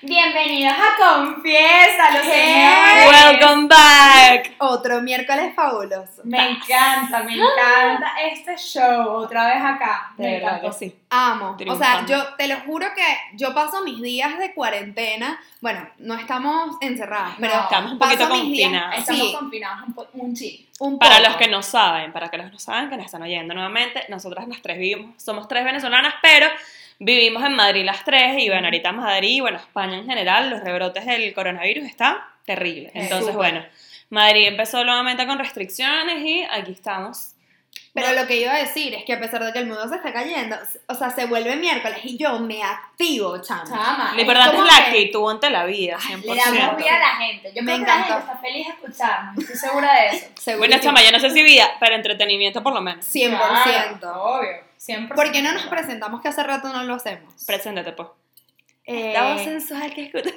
Bienvenidos a Confiesa, los señores. Welcome back. Otro miércoles fabuloso. Me encanta, me encanta este show otra vez acá. De Me verdad que encantó. sí. Amo. O sea, Triunfando. yo te lo juro que yo paso mis días de cuarentena. Bueno, no estamos encerradas, pero No, Estamos un paso poquito mis días- confinadas. Estamos Sí. confinados un, po- un chip. un Para poco. los que no saben, para que los que no saben que nos están oyendo nuevamente, nosotras las tres vivimos, somos tres venezolanas, pero vivimos en Madrid las tres y bueno, ahorita Madrid y bueno, España en general, los rebrotes del coronavirus están terribles. Eh, Entonces, súper. bueno, Madrid empezó nuevamente con restricciones y aquí estamos. Pero lo que iba a decir es que a pesar de que el mundo se está cayendo, o sea, se vuelve miércoles y yo me activo, chama. Chama, Lo importante es como la que- actitud ante la vida, le damos 100%. vida a la gente. Yo creo Me que la encanta. gente está feliz de escucharnos, estoy segura de eso. Seguro. Bueno, chama, yo no sé si vida, pero entretenimiento por lo menos. 100%. Claro, obvio, 100%. ¿Por qué no nos presentamos que hace rato no lo hacemos? Preséntate, pues. Eh, sensual que escucha.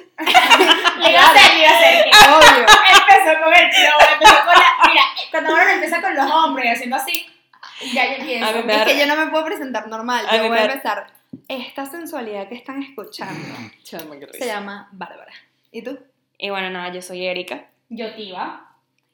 Le iba a hacer, le iba a hacer. obvio. Empezó con el flow, empezó con la. Mira, cuando uno empieza con los hombros y haciendo así, ya yo pienso. A mí me Es que yo no me puedo presentar normal, Ay, yo voy a me- empezar. Esta sensualidad que están escuchando Chama, qué se risa. llama Bárbara. ¿Y tú? Y bueno, nada, yo soy Erika. Yo te iba.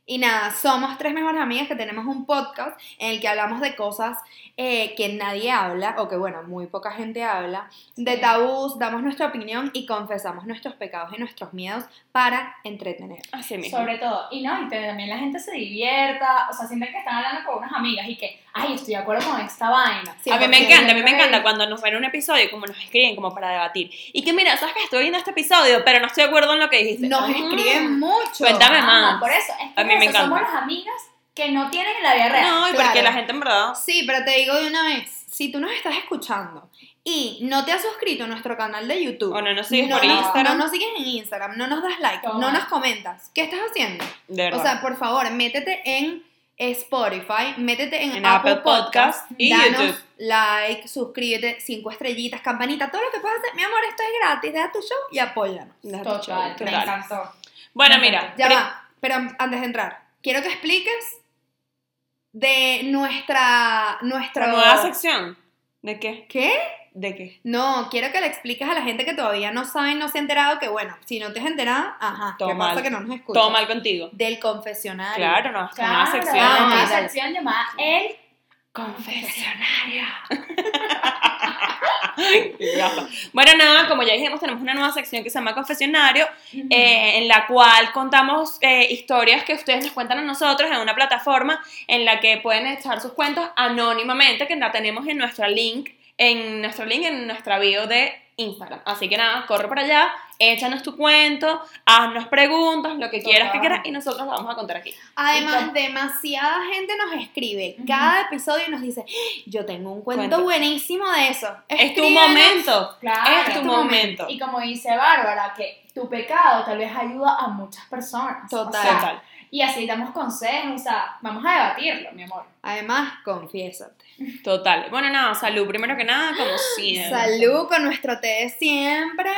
Y nada, somos tres mejores amigas que tenemos un podcast en el que hablamos de cosas eh, que nadie habla, o que bueno, muy poca gente habla, de Sí. tabús, damos nuestra opinión y confesamos nuestros pecados y nuestros miedos para entretener. Así mismo. Sobre todo, y no, y que también la gente se divierta, o sea, sienten que están hablando con unas amigas y que, ay, estoy de acuerdo con esta vaina. Sí, a mí me porque encanta, a mí yo me creo encanta que- cuando nos ven un episodio y como nos escriben como para debatir. Y que mira, sabes que estoy viendo este episodio, pero no estoy de acuerdo en lo que dijiste. Ah, Nos escriben mucho. Cuéntame Ah, más. por eso, es que A mí me eso, somos encanta. las amigas que no tienen en la vida real. No, y Claro. porque la gente en verdad... Sí, pero te digo de una vez, si tú nos estás escuchando y no te has suscrito a nuestro canal de YouTube, O no nos sigues por nos- Instagram. no nos sigues en Instagram, no nos das like, Toma. no nos comentas, ¿qué estás haciendo? De verdad. O sea, por favor, métete en Spotify, métete en, En Apple, Apple Podcast Podcast y danos YouTube. like, suscríbete, cinco estrellitas, campanita, todo lo que puedas hacer. Mi amor, esto es gratis, deja tu show y apóyanos. Deja tu Total, show, me total. encantó. Bueno, Me mira. encanta. Ya pre- va, pero an- antes de entrar, quiero que expliques de nuestra... nuestra nuestro... nueva sección. ¿De qué? ¿Qué? ¿De qué? No, quiero que le expliques a la gente que todavía no sabe, no se ha enterado, que bueno, si no te has enterado, ajá, Todo ¿qué pasa mal. que no nos escuchas? Todo mal contigo. Del confesionario. Claro, no, nuestra nueva Claro, sección. la nueva dale. sección llamada El Confesionario. Qué gafa. bueno, nada, como ya dijimos, tenemos una nueva sección que se llama Confesionario, eh, en la cual contamos eh, historias que ustedes nos cuentan a nosotros en una plataforma en la que pueden echar sus cuentos anónimamente, que la tenemos en nuestra link, en nuestro link, en nuestra bio de Instagram. Así que nada, corre para allá, échanos tu cuento, haznos preguntas, lo que quieras que Total. quieras, y nosotros lo vamos a contar aquí. Además, Entonces- demasiada gente nos escribe Ujú. cada episodio y nos dice, yo tengo un cuento, Cuento. buenísimo de eso. Es tu Escríbanos". momento, Claro. es tu momento. Y como dice Bárbara, que tu pecado tal vez ayuda a muchas personas. O Total. sea, Total. y así damos consejos, o sea, vamos a debatirlo, mi amor. Además, confiésate. Total. Bueno, nada, salud. Primero que nada, como siempre. Salud con nuestro té de siempre.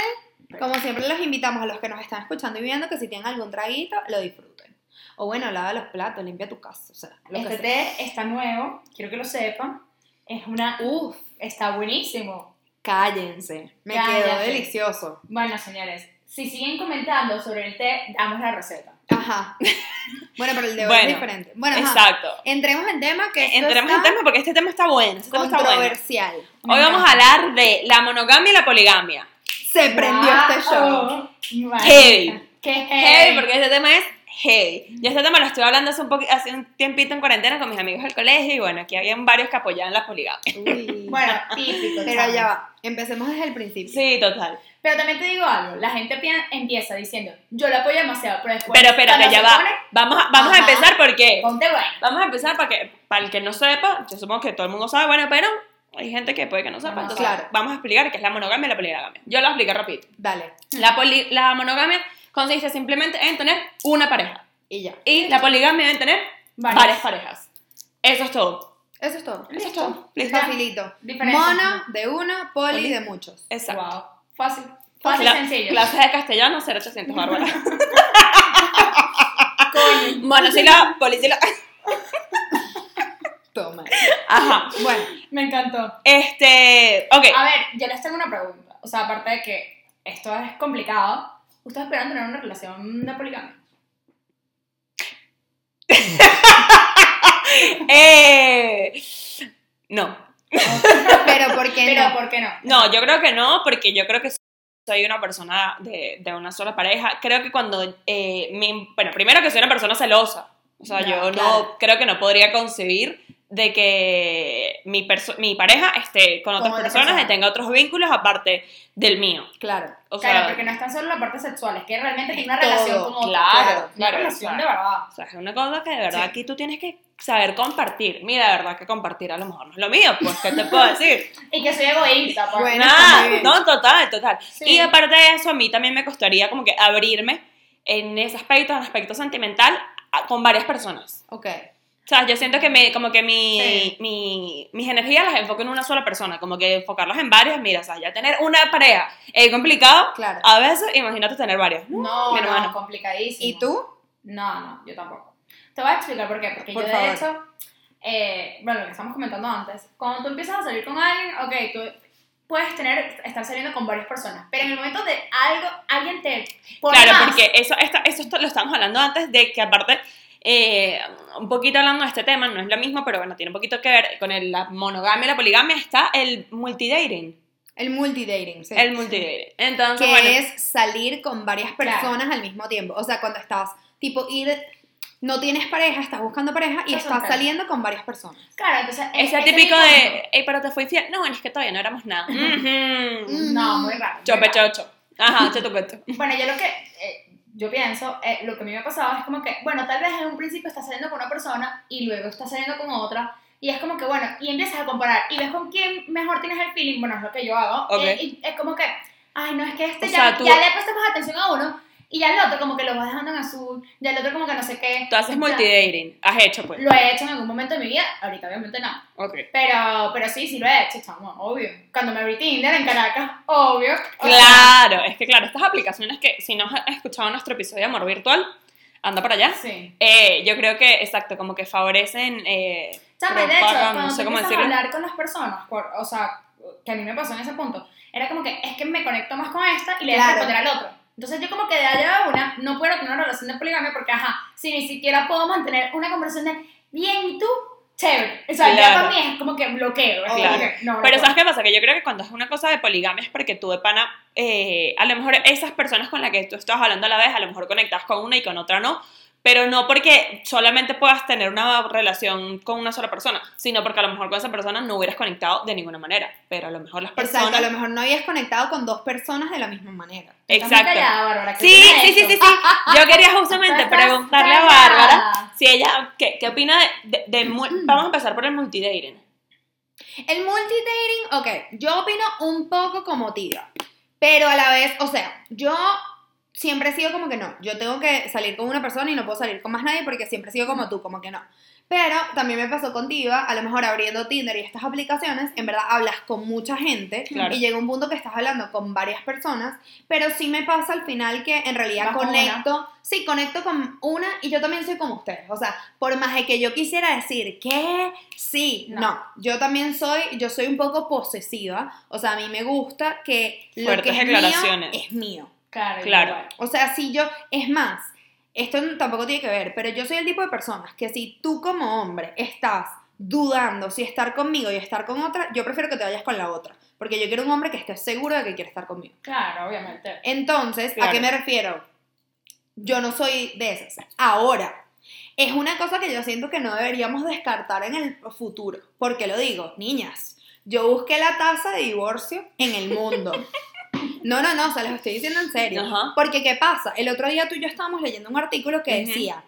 Como siempre, los invitamos a los que nos están escuchando y viendo que si tienen algún traguito, lo disfruten. O bueno, lava los platos, limpia tu casa. O sea, lo que Este sea. té está nuevo, quiero que lo sepan. Es una. Uf, está buenísimo. Cállense. Me quedó Cállate. delicioso. Bueno, señores, si siguen comentando sobre el té, damos la receta. Ajá. Bueno, pero el de hoy Bueno, es diferente. Bueno, ajá. Exacto. Entremos en tema que esto Entremos en está tema porque este tema está bueno. Este tema está bueno. controversial. Me Hoy vamos a encanta. hablar de la monogamia y la poligamia. Se prendió este show. Wow. Bueno, Heavy. Qué Heavy, heavy. porque este tema es heavy. Yo este tema lo estuve hablando hace un, poqui- hace un tiempito en cuarentena con mis amigos del colegio y bueno, aquí habían varios que apoyaban la poligamia. Uy. Bueno, típico. pero chamo. ya va. Empecemos desde el principio. Sí, total. Pero también te digo algo, la gente pi- empieza diciendo, yo lo apoyo demasiado, pero después... Pero espérate, cuando ya se va. pone, Vamos a, vamos a Ajá. empezar porque... Ponte bueno. Vamos a empezar para que para el que no sepa, yo supongo que todo el mundo sabe, bueno, pero hay gente que puede que no sepa. Vamos a Entonces, hablar. vamos a explicar qué es la monogamia y la poligamia. Yo lo explico rápido. Dale. La, poli- la monogamia consiste simplemente en tener una pareja. Y ya. Y la poligamia en tener Varias. varias parejas. Eso es todo. Eso es todo. Eso es todo. Listo. Facilito. Diferencias. Mono de una, poli, Poli. de muchos. Exacto. Wow. Fácil. Fácil Cla- sencillo. Clases de castellano 0800, Bárbara. Coño. Monosílaba, polisílaba. Toma. Ajá. Bueno, Me encantó. Este. Ok. Ah. A ver, yo les tengo una pregunta. O sea, aparte de que esto es complicado, ¿Ustedes esperan tener una relación de poligamia? Eh, no. Pero ¿por qué Pero, no? ¿por qué no? No, yo creo que no, porque yo creo que soy una persona de, de una sola pareja. Creo que cuando. eh, mi- bueno, primero que soy una persona celosa. O sea, Ya, yo no claro. creo que no podría concebir de que mi, perso- mi pareja esté con otras otra personas persona. y tenga otros vínculos aparte del mío. Claro. O claro, sea, porque no es tan solo la parte sexual, es que realmente tiene una Todo, relación como claro, una claro, relación claro. de verdad. o sea, es una cosa que de verdad Sí. aquí tú tienes que saber compartir. Mira, de verdad que compartir a lo mejor no es lo mío, pues, ¿qué te puedo decir? Y que soy egoísta, pues. por Bueno, está Nada, muy bien. Ah, no, total, total. Sí. Y aparte de eso, a mí también me costaría como que abrirme en ese aspecto, en el aspecto sentimental, a- con varias personas. Ok. O sea, yo siento que me, como que mi, Sí. mi- mis energías las enfoco en una sola persona, como que enfocarlas en varias, mira, o sea, ya tener una pareja es complicado, Claro. a veces imagínate tener varias. No, Mi no, hermano. complicadísimo. ¿Y tú? No, no, yo tampoco. Te voy a explicar por qué. Porque Por yo, favor. de hecho, eh, bueno, lo que estamos comentando antes, cuando tú empiezas a salir con alguien, ok, tú puedes tener, estar saliendo con varias personas, pero en el momento de algo, alguien te pone claro, más. porque eso, esta- eso esto lo estamos hablando antes de que aparte, eh, un poquito hablando de este tema, no es lo mismo, pero bueno, tiene un poquito que ver con el- la monogamia y la poligamia, está el multidating. El multidating, sí. El multidating. Entonces, que bueno, es salir con varias personas al mismo tiempo. O sea, cuando estás, tipo, ir, no tienes pareja, estás buscando pareja y Estás estás soltera. saliendo con varias personas. Claro, entonces... e-, ese ese típico es mi de, hey, pero te fue infiel. No, bueno, es que todavía no éramos nada. Ujú. punto. No, Mm. muy raro. muy Chope, raro. chocho. Ajá, chocho, chocho. Bueno, yo lo que eh, yo pienso, eh, lo que a mí me ha pasado es como que, bueno, tal vez en un principio estás saliendo con una persona y luego estás saliendo con otra. Y es como que, bueno, y empiezas a comparar y ves con quién mejor tienes el feeling. Bueno, es lo que yo hago. Ok. eh, y es como que, ay, no, es que este O ya, sea, tú- ya le prestas más atención a uno y ya el otro como que lo vas dejando en azul, ya el otro como que no sé qué. Tú haces O sea, multidating. Has hecho, pues. Lo he hecho en algún momento de mi vida, ahorita obviamente no. Ok. Pero, pero sí, sí lo he hecho, chamo, obvio. Cuando me abrí Tinder en Caracas, obvio. O sea, Claro, es que claro, estas aplicaciones que si no has escuchado nuestro episodio de Amor Virtual, anda para allá. Sí. Eh, yo creo que, exacto, como que favorecen... Eh, Chama, y de hecho, propagan, cuando no sé tú cómo empiezas decirlo. a hablar con las personas, por- o sea, que a mí me pasó en ese punto, era como que es que me conecto más con esta y le dejo Claro. responder al otro. Entonces yo como que de allá a una no puedo tener una relación de poligamia porque, ajá, si ni siquiera puedo mantener una conversación de bien y tú, chévere. O sea, ya para Claro. mí es como que bloqueo. es como Claro. que no, no Pero puedo. ¿sabes qué pasa? Que yo creo que cuando es una cosa de poligamia es porque tú de pana, eh, a lo mejor esas personas con las que tú estás hablando a la vez, a lo mejor conectas con una y con otra no, pero no porque solamente puedas tener una relación con una sola persona, sino porque a lo mejor con esa persona no hubieras conectado de ninguna manera, pero a lo mejor las Exacto, a lo personas... mejor no habías conectado con dos personas de la misma manera. Estás muy Exacto. callada, Bárbara, ¿qué Sí, opinas de sí, sí, eso? sí, sí. Yo quería justamente Estás preguntarle a callada. Bárbara si ella, ¿qué, qué opina de... de- de mul- vamos a empezar por el multidating. El multidating, ok, yo opino un poco como tía, pero a la vez, o sea, yo siempre he sido como que no, yo tengo que salir con una persona y no puedo salir con más nadie porque siempre he sido como tú, como que no. Pero también me pasó con Tiva, a lo mejor abriendo Tinder y estas aplicaciones, en verdad hablas con mucha gente Claro. y llega un punto que estás hablando con varias personas, pero sí me pasa al final que en realidad Vas con conecto, sí, conecto con una y yo también soy como ustedes, o sea, por más de que yo quisiera decir que sí, No. no. yo también soy, yo soy un poco posesiva, o sea, a mí me gusta que lo Fuertes que es declaraciones. mío es mío. Claro, Claro. igual. O sea, si yo, es más, esto n- tampoco tiene que ver, pero yo soy el tipo de personas que si tú como hombre estás dudando si estar conmigo y estar con otra, yo prefiero que te vayas con la otra, porque yo quiero un hombre que esté seguro de que quiere estar conmigo. Claro, obviamente. Entonces, ¿a Claro. qué me refiero? Yo no soy de esas. Ahora, es una cosa que yo siento que no deberíamos descartar en el futuro. ¿Por qué lo digo? Niñas, yo busqué la tasa de divorcio en el mundo. No, no, no, se los estoy diciendo en serio. Ajá. Porque, ¿qué pasa? El otro día tú y yo estábamos leyendo un artículo que Ujú. decía,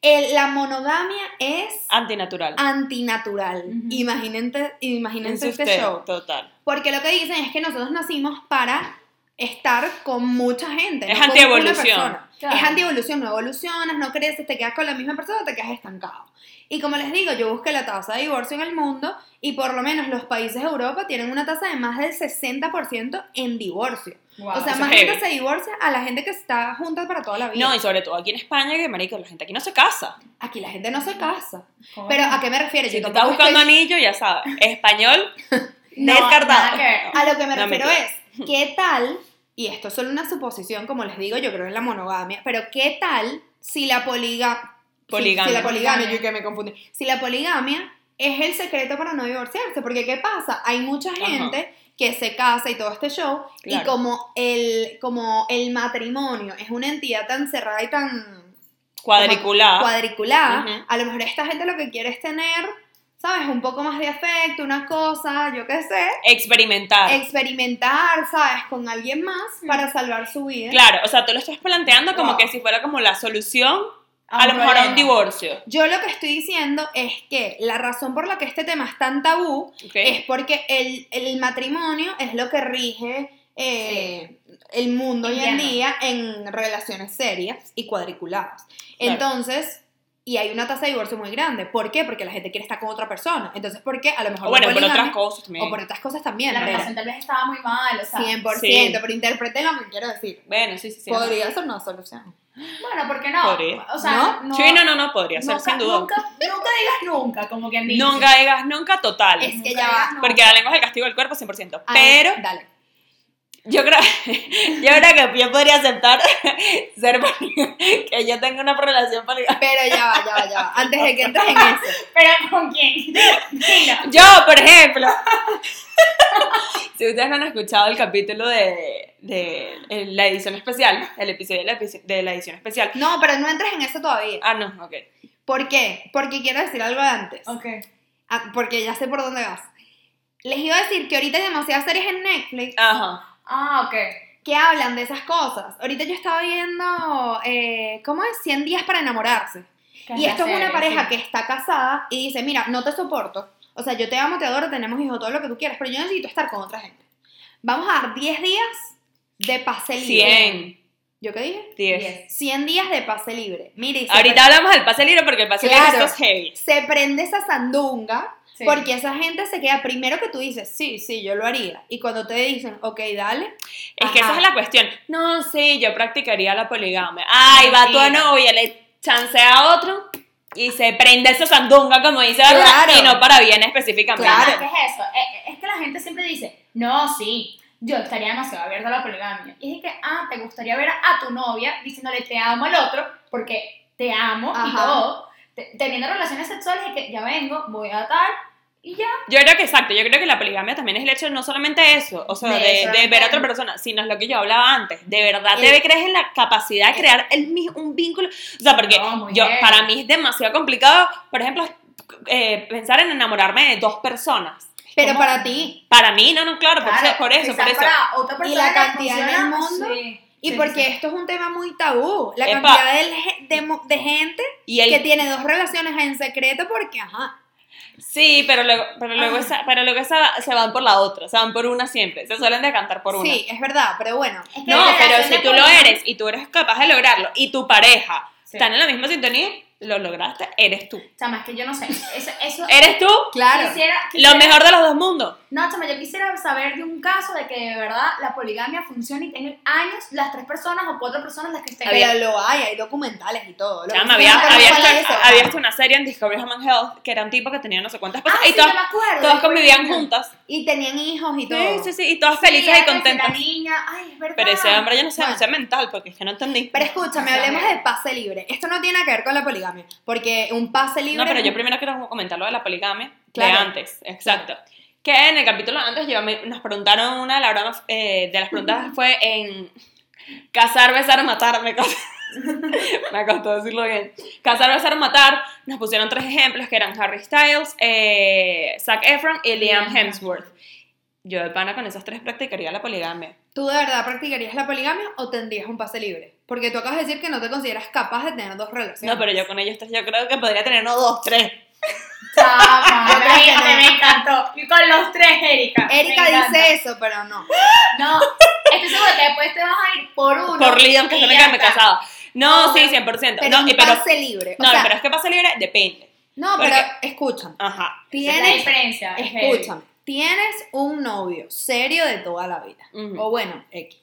"El- la monogamia es Antinatural. antinatural. Ujú. Imagínense, imagínense Ah. Piense Ah, este usted, show. Total. Porque lo que dicen es que nosotros nacimos para estar con mucha gente. Es no con antievolución. una persona. Claro. Es antievolución, no evolucionas, no creces, te quedas con la misma persona, te quedas estancado. Y como les digo, yo busqué la tasa de divorcio en el mundo y por lo menos los países de Europa tienen una tasa de más del 60% en divorcio. Wow. o sea, eso más es gente heavy. se divorcia a la gente que está junta para toda la vida. No, y sobre todo aquí en España, que marico, la gente aquí no se casa. Aquí la gente no se casa. ¿cómo Pero es? ¿a qué me refiero? Si tú estás tampoco buscando estoy- anillo, ya sabes. Español, No, descartado. nada que ver. A lo que me No, refiero mentira. es, ¿qué tal? y esto es solo una suposición, como les digo, yo creo en la monogamia, pero ¿qué tal si la poliga... si- Poligamia. Si, la poligamia, yo que me confundí. Si la poligamia es el secreto para no divorciarse, porque ¿qué pasa? Hay mucha gente que se casa y todo este show, y Claro. como el, como el matrimonio es una entidad tan cerrada y tan Cuadriculada. cuadriculada, Ah, Ujú. a lo mejor esta gente lo que quiere es tener, ¿sabes? Un poco más de afecto, una cosa, yo qué sé Experimentar. experimentar, ¿sabes? Con alguien más para salvar su vida. Mm. Claro, o sea, tú lo estás planteando como Wow. que si fuera como la solución A a, un lo mejor a problema. un divorcio. Yo lo que estoy diciendo es que la razón por la que este tema es tan tabú ¿ok? es porque el, el matrimonio es lo que rige eh, el mundo hoy en Entiendo. día en relaciones serias y cuadriculadas. Claro. Entonces, y hay una tasa de divorcio muy grande. ¿Por qué? Porque la gente quiere estar con otra persona. Entonces, ¿por qué? A lo mejor o bueno, la por otras poligamia- cosas también. O por otras cosas también. La pero relación tal vez estaba muy mal, o sea. 100%, Sí. pero interpreten lo que quiero decir. Bueno, sí, sí, sí. Podría ser una solución. Bueno, ¿por qué no? Podría. O sea, ¿No? no. Sí, no, no, no, podría ser, nunca, sin duda. nunca, nunca digas nunca, como quien dice. Nunca digas nunca total. Es que Nunca ya digas va, nunca. Porque la lengua es el castigo del cuerpo 100%. A ver, pero Dale. yo creo, yo creo que yo podría aceptar ser poli- que yo tenga una relación poligámica. Pero ya va, ya va, ya va. Antes de que entres en eso. Pero ¿con quién? Dilo. Yo, por ejemplo, si ustedes no han escuchado el capítulo de, de- eh, la edición especial, el episodio de la, epici- de la edición especial. No, pero no entres en eso todavía. Ah, no, ok. ¿Por qué? Porque quiero decir algo de antes. Ok. Ah, Porque ya sé por dónde vas. Les iba a decir que ahorita hay demasiadas series en Netflix Ajá. Ah, ok. que hablan de esas cosas. Ahorita yo estaba viendo, eh, ¿cómo es? 100 días para enamorarse. Y esto es una pareja que está casada y dice, mira, no te soporto. O sea, yo te amo, te adoro, tenemos hijos, todo lo que tú quieras, pero yo necesito estar con otra gente. Vamos a dar 10 días de pase libre. 100. ¿Yo qué dije? 10. 100 días de pase libre. Mire, y se Ahorita hablamos del pase libre porque el pase Claro. libre esto es heavy. pre- se prende esa sandunga Sí. porque esa gente se queda primero que tú dices, sí, sí, yo lo haría. Y cuando te dicen, ok, dale, Es que Ajá. esa es la cuestión. No, sí, yo practicaría la poligamia. Ay, va tu Mentira. novia, le chancea a otro y se prende esa sandunga, como dice Claro. Bárbara, y no para bien específicamente. Claro. Claro. ¿Qué es eso? Eh, Es que la gente siempre dice, no, sí, yo estaría demasiado abierta a la poligamia. Y es que, ah, te gustaría ver a tu novia diciéndole te amo al otro, porque te amo y Ajá. todo, te- teniendo relaciones sexuales y que ya vengo, voy a tal, y ya. Yo creo que exacto, yo creo que la poligamia también es el hecho de no solamente eso, o sea, De de, solamente- de ver a otra persona, sino es lo que yo hablaba antes. De verdad, te Eh. crees en la capacidad de crear el, mi- un vínculo. O sea, porque No, muy yo, bien. para mí es demasiado complicado, por ejemplo, eh, pensar en enamorarme de dos personas. pero ¿Cómo? para ti. Para mí, no, no, claro, por Claro, eso, por eso. quizás Por eso. para otra Y la persona cantidad en el funciona, mundo, sí, Y sí, porque sí. esto es un tema muy tabú. La Epa. cantidad de, le- de mo- de gente Y el que tiene dos relaciones en secreto porque, ajá. Sí, pero luego, pero luego, Ah. esa, pero luego esa, se van por la otra, se van por una siempre, se suelen decantar por una. Sí, es verdad, pero bueno. Es que No, la pero relación si de tú lo poligamia- eres y tú eres capaz de lograrlo y tu pareja Sí. están en la misma sintonía, lo lograste, eres tú. Chama, es que yo no sé. Eso, eso Eres tú Claro. quisiera, lo quisiera- mejor de los dos mundos. No, chama, yo quisiera saber de un caso de que de verdad la poligamia funcione y tengan años las tres personas o cuatro personas las que estén. Pero lo hay, hay documentales y todo. Lo Chama, que había, sea, pero había, ¿cuál esta- es eso? había esta una serie en Discovery Human Health que era un tipo que tenía no sé cuántas Ah, personas y sí, todas, yo me acuerdo. todas convivían Fue- juntas. Y tenían hijos y Sí, todo. sí, sí, y todas Sí, felices y antes de contentas. La niña, ay, es verdad. Pero ese hombre ya no sé, Bueno. no sé mental porque es que no entendí. Pero escúchame, O sea, hablemos mira. de pase libre. Esto no tiene que ver con la poligamia, porque un pase libre... No, pero yo primero quiero comentar lo de la poligamia Claro. de antes, exacto. Que en el capítulo antes yo me- nos preguntaron una de, las bromas, eh, de las preguntas fue en casar, besar o matar, me costó, me costó decirlo bien. Casar, besar o matar, nos pusieron tres ejemplos que eran Harry Styles, eh, Zac Efron y Liam Hemsworth. Yo de pana con esas tres practicaría la poligamia. ¿Tú de verdad practicarías la poligamia o tendrías un pase libre? Porque tú acabas de decir que no te consideras capaz de tener dos relaciones. No, pero yo con ellos tres yo creo que podría tener no dos, tres. Chama, Yo creo que me, no. me encantó. Y con los tres, Erika. Erika Me encanta. dice eso, pero no. No, estoy segura que después te vas a ir por uno. Por Liam, que y es la ya única que me está. casaba. No, No, sí, 100%. Pero no, un y pero, pase libre. O no, sea, pero es que pase libre depende. no, porque- pero escúchame. Ajá. Esa es la Tienes, diferencia. es heavy. escúchame, tienes un novio serio de toda la vida. Ujú. O bueno, X.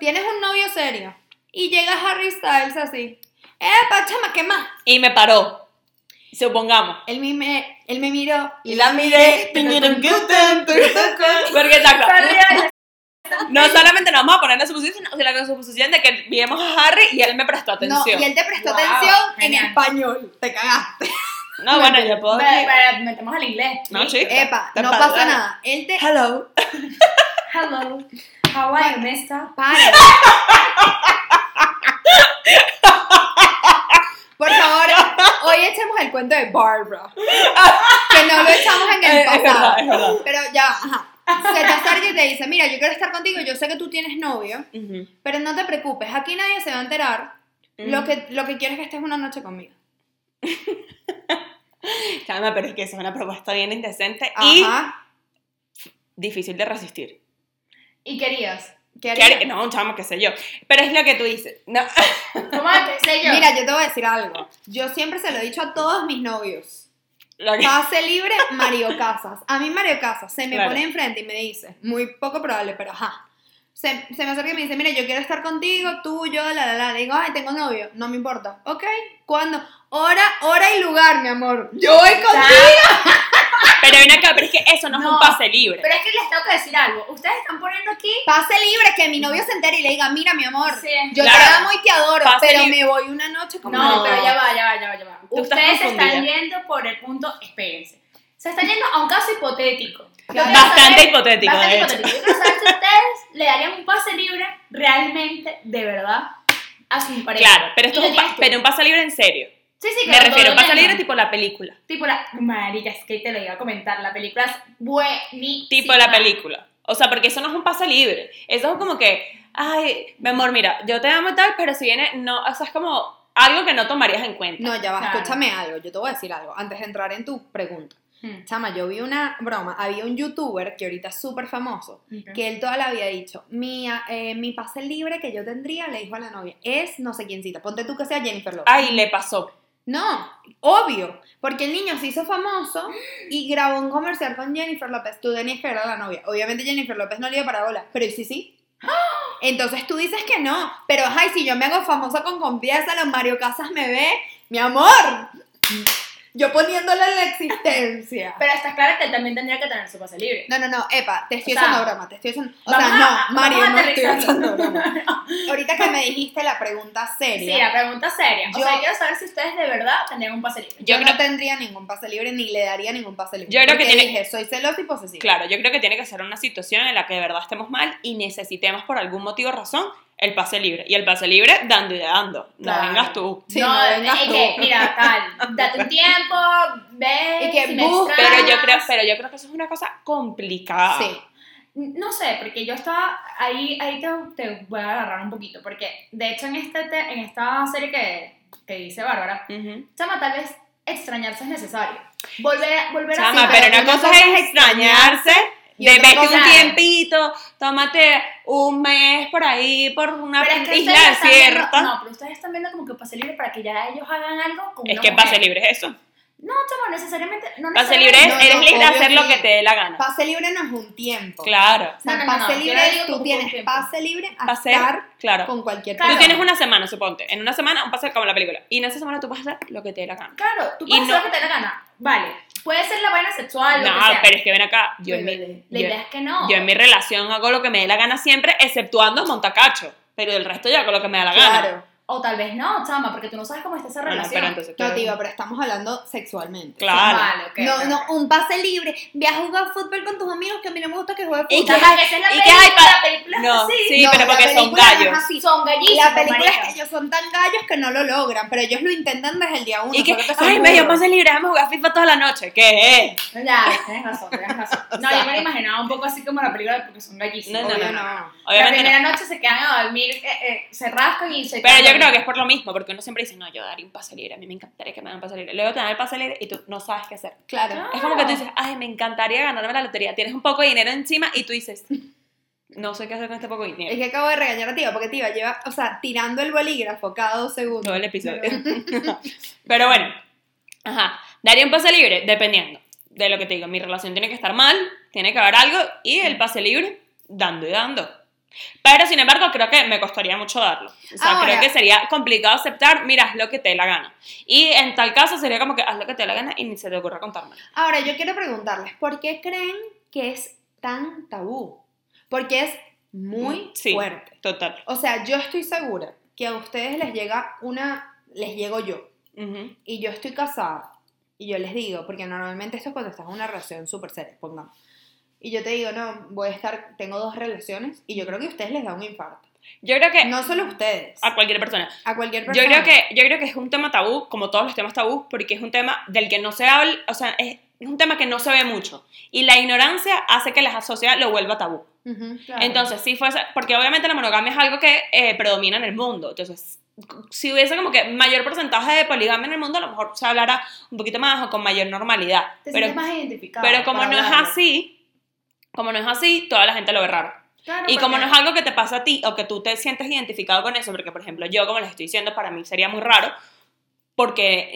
Tienes un novio serio y llega Harry Styles así. ¡Epa, chama, qué más! Y me paró. Supongamos. Él me, él me miró miré. Porque exacto. Sorry, No solamente nos vamos a poner la suposición, sino la suposición de que vimos a Harry y él me prestó No, atención. y él te prestó Wow, atención genial. en español. Te cagaste. No, bueno, yo puedo. Pero, pero metemos al inglés. No, chica. Epa, Te no pasa. pasa nada. Él te. Hello. Hello. How are you, mister? Para. Por favor, hoy echemos el cuento de Barbara. Que no lo echamos en Eh, el es verdad, pasado. es verdad. Pero ya, va, ajá. Se te acerca y te dice, mira, yo quiero estar contigo, yo sé que tú tienes novio, Ujú. pero no te preocupes, aquí nadie se va a enterar. Mm. Lo, que, lo que quiero es que estés una noche conmigo. Chama, pero es que esa es una propuesta bien indecente Ajá. y difícil de resistir. ¿Y querías? ¿Qué ¿Qué haría? haría? No, chama, qué sé yo. Pero es lo que tú dices. No. ¿Cómo te sé yo? Mira, yo te voy a decir algo. Yo siempre se lo he dicho a todos mis novios. Lo que- Pase libre, Mario Casas. A mí Mario Casas se me Claro. pone enfrente y me dice, muy poco probable, pero ajá. Se, se me acerca y me dice, mira, yo quiero estar contigo, tú, yo, la, la, la. Le digo, ay, tengo novio. No me importa. Ok, ¿cuándo? Hora, hora y lugar, mi amor. Yo voy contigo. Pero ven acá, pero es que eso no, es un No. pase libre. Pero es que les tengo que decir algo. Ustedes están poniendo aquí. Pase libre, que mi novio se entere y le diga, mira, mi amor, Sí. yo Claro. te amo y te adoro, Pase pero libre. me voy una noche con No, No. pero ya va, ya va, ya va, ya va. Tú estás Ustedes se están confundida. yendo por el punto, espérense. Se están yendo a un caso hipotético. Yo Claro. quiero Bastante hipotético, de Bastante hecho. hipotético. Yo quiero saber si ustedes le darían un pase libre realmente, de verdad, a su pareja. Claro, pero esto Y es lo un, pa- tienes tú. pero un pase libre en serio. Sí, sí, Me claro, todo refiero, lo pase tengo. libre tipo la película. Tipo la. Marica, es que te lo iba a comentar. La película es buenísima. Tipo la película. O sea, porque eso no es un pase libre. Eso es como que, ay, mi amor, mira, yo te amo y tal, pero si viene, no, o sea, es como algo que no tomarías en cuenta. No, ya va, Claro. escúchame algo. Yo te voy a decir algo antes de entrar en tu pregunta. Hmm. Chama, yo vi una broma. Había un youtuber que ahorita es súper famoso. que él toda la había dicho, mi, a- eh, mi pase libre que yo tendría, le dijo a la novia, es no sé quién cita, ponte tú que sea Jennifer Lopez. Ay, le pasó. No, obvio, porque el niño se hizo famoso y grabó un comercial con Jennifer López, tú tenías que ver a la novia. Obviamente Jennifer López no le dio para bola, pero ¿y sí, sí. Entonces tú dices que no, pero ay, si yo me hago famosa con confianza, los Mario Casas me ve, mi amor, yo poniéndole la existencia. Pero está claro que él también tendría que tener su pase libre. No, no, no, epa, te estoy O sea, haciendo broma, te estoy haciendo. O sea, vamos a- no, Mario, vamos a no estoy aterrizar. haciendo broma. Ahorita que me dijiste la pregunta seria, Sí, la pregunta es seria. O Yo- sea, quiero saber si ustedes de verdad tendrían un pase libre. yo, Yo no creo- tendría ningún pase libre ni le daría ningún pase libre. Yo creo que porque tiene- dije, soy celosa y posesiva. Claro, yo creo que tiene que ser una situación en la que de verdad estemos mal y necesitemos por algún motivo o razón el pase libre. Y el pase libre dando y dando. No Claro. vengas tú. Sí, no, no, vengas es tú. que, mira, tal, date un tiempo, ve, Y que si me busca. extrañas. Pero yo creo, pero yo creo que eso es una cosa complicada. Sí. No sé, porque yo estaba ahí, ahí te, te voy a agarrar un poquito, porque de hecho en, este te- en esta serie que, que dice Bárbara, Ujú. chama, tal vez extrañarse es necesario. Volver, volver Chama, a pero pero, una una cosa, cosa es es extrañarse, y de otra vete un cosa- tiempito, tómate un mes por ahí, por una pero es que isla ustedes están viendo- desierta. no, pero ustedes están viendo como que pase libre para que ya ellos hagan algo con es una que mujer. pase libre es eso. No, chama, necesariamente, no Pase libre necesariamente. es, eres No, no, libre de obvio hacer lo que que te dé la gana. Pase libre no es un tiempo. Claro. O No, sea, no, no, pase no, yo libre le es digo como tú un tienes tiempo. pase libre a Pase, estar claro. con cualquier Claro. Tú tienes una semana, suponte. En una semana, un pase como la película. Y en esa semana tú vas a hacer lo que te dé la gana. Claro, tú Y puedes no- hacer lo que te dé la gana. Vale, puede ser la vaina sexual, Ah, lo No, que sea. pero es que ven acá. Yo en, Pero mi, la yo- idea es que no. yo en mi relación hago lo que me dé la gana siempre, exceptuando montacacho. Pero el resto yo hago lo que me da la gana. Claro. O tal vez no, chama, porque tú no sabes cómo está esa Bueno, relación. pero entonces, No, claro. te digo, pero estamos hablando sexualmente. Claro. Vale, ok. no, ok, no, ok. un pase libre. Ve a jugar fútbol con tus amigos que a mí no me gusta que juegue Y fútbol. que- Chama, que esa es la y que película, hay pa- la película es No, así. sí, No, pero la porque son película no es gallos. así. Son gallísimos, La película es marica. que ellos son tan gallos que no lo logran, pero ellos lo intentan desde el día uno. Y que, solo son ay, me dio burros. pase libre, vamos a jugar FIFA toda la noche. ¿Qué es? Ya, tienes razón, tienes razón. No, yo me la imaginaba un poco así como la película de porque son gallísimos. No, no, Obvio no, no. la Obviamente primera no. noche se quedan a dormir, eh, eh, se rascan y se Pero quedan yo creo que dormidos. es por lo mismo, porque uno siempre dice, no, yo daría un pase libre, a mí me encantaría que me den un pase libre. Luego te dan el pase libre y tú no sabes qué hacer. Claro. Es Ah. como que tú dices, ay, me encantaría ganarme la lotería. Tienes un poco de dinero encima y tú dices, no sé qué hacer con este poco de Es dinero. que acabo de regañar a Tiva, porque Tiva lleva, o sea, tirando el bolígrafo cada dos Todo segundos. el episodio. Pero bueno, ajá. Daría un pase libre, dependiendo de lo que te digo. Mi relación tiene que estar mal, tiene que haber algo y el pase libre, dando y dando. Pero sin embargo, creo que me costaría mucho darlo. O sea, Ahora- creo que sería complicado aceptar, mira, haz lo que te dé la gana. Y en tal caso sería como que haz lo que te dé la gana y ni se te ocurra contármelo. Ahora, yo quiero preguntarles, ¿por qué creen que es tan tabú? Porque es muy Sí. fuerte. Total. O sea, yo estoy segura que a ustedes les llega una, les llego yo Ujú. y yo estoy casada y yo les digo, porque normalmente esto es cuando estás en una relación súper seria, pongamos. Y yo te digo, no, voy a estar, tengo dos relaciones y yo creo que a ustedes les da un infarto. Yo creo que No solo Eh, a ustedes, a cualquier persona. a cualquier Yo persona. creo, que, yo creo que es un tema tabú, como todos los temas tabú, porque es un tema del que no se habla, o sea, es, es un tema que no se ve mucho. Y la ignorancia hace que la sociedad lo vuelva tabú. Ujú, claro. Entonces, sí fuese, porque obviamente la monogamia es algo que eh, predomina en el mundo. Entonces, si hubiese como que mayor porcentaje de poligamia en el mundo, a lo mejor se hablará un poquito más o con mayor normalidad. Te Pero, sientes más identificado. pero como para no es hablarlo. así, como no es así, toda la gente lo ve raro. Claro, Y como porque- no es algo que te pasa a ti o que tú te sientes identificado con eso, porque por ejemplo yo, como les estoy diciendo, para mí sería muy raro porque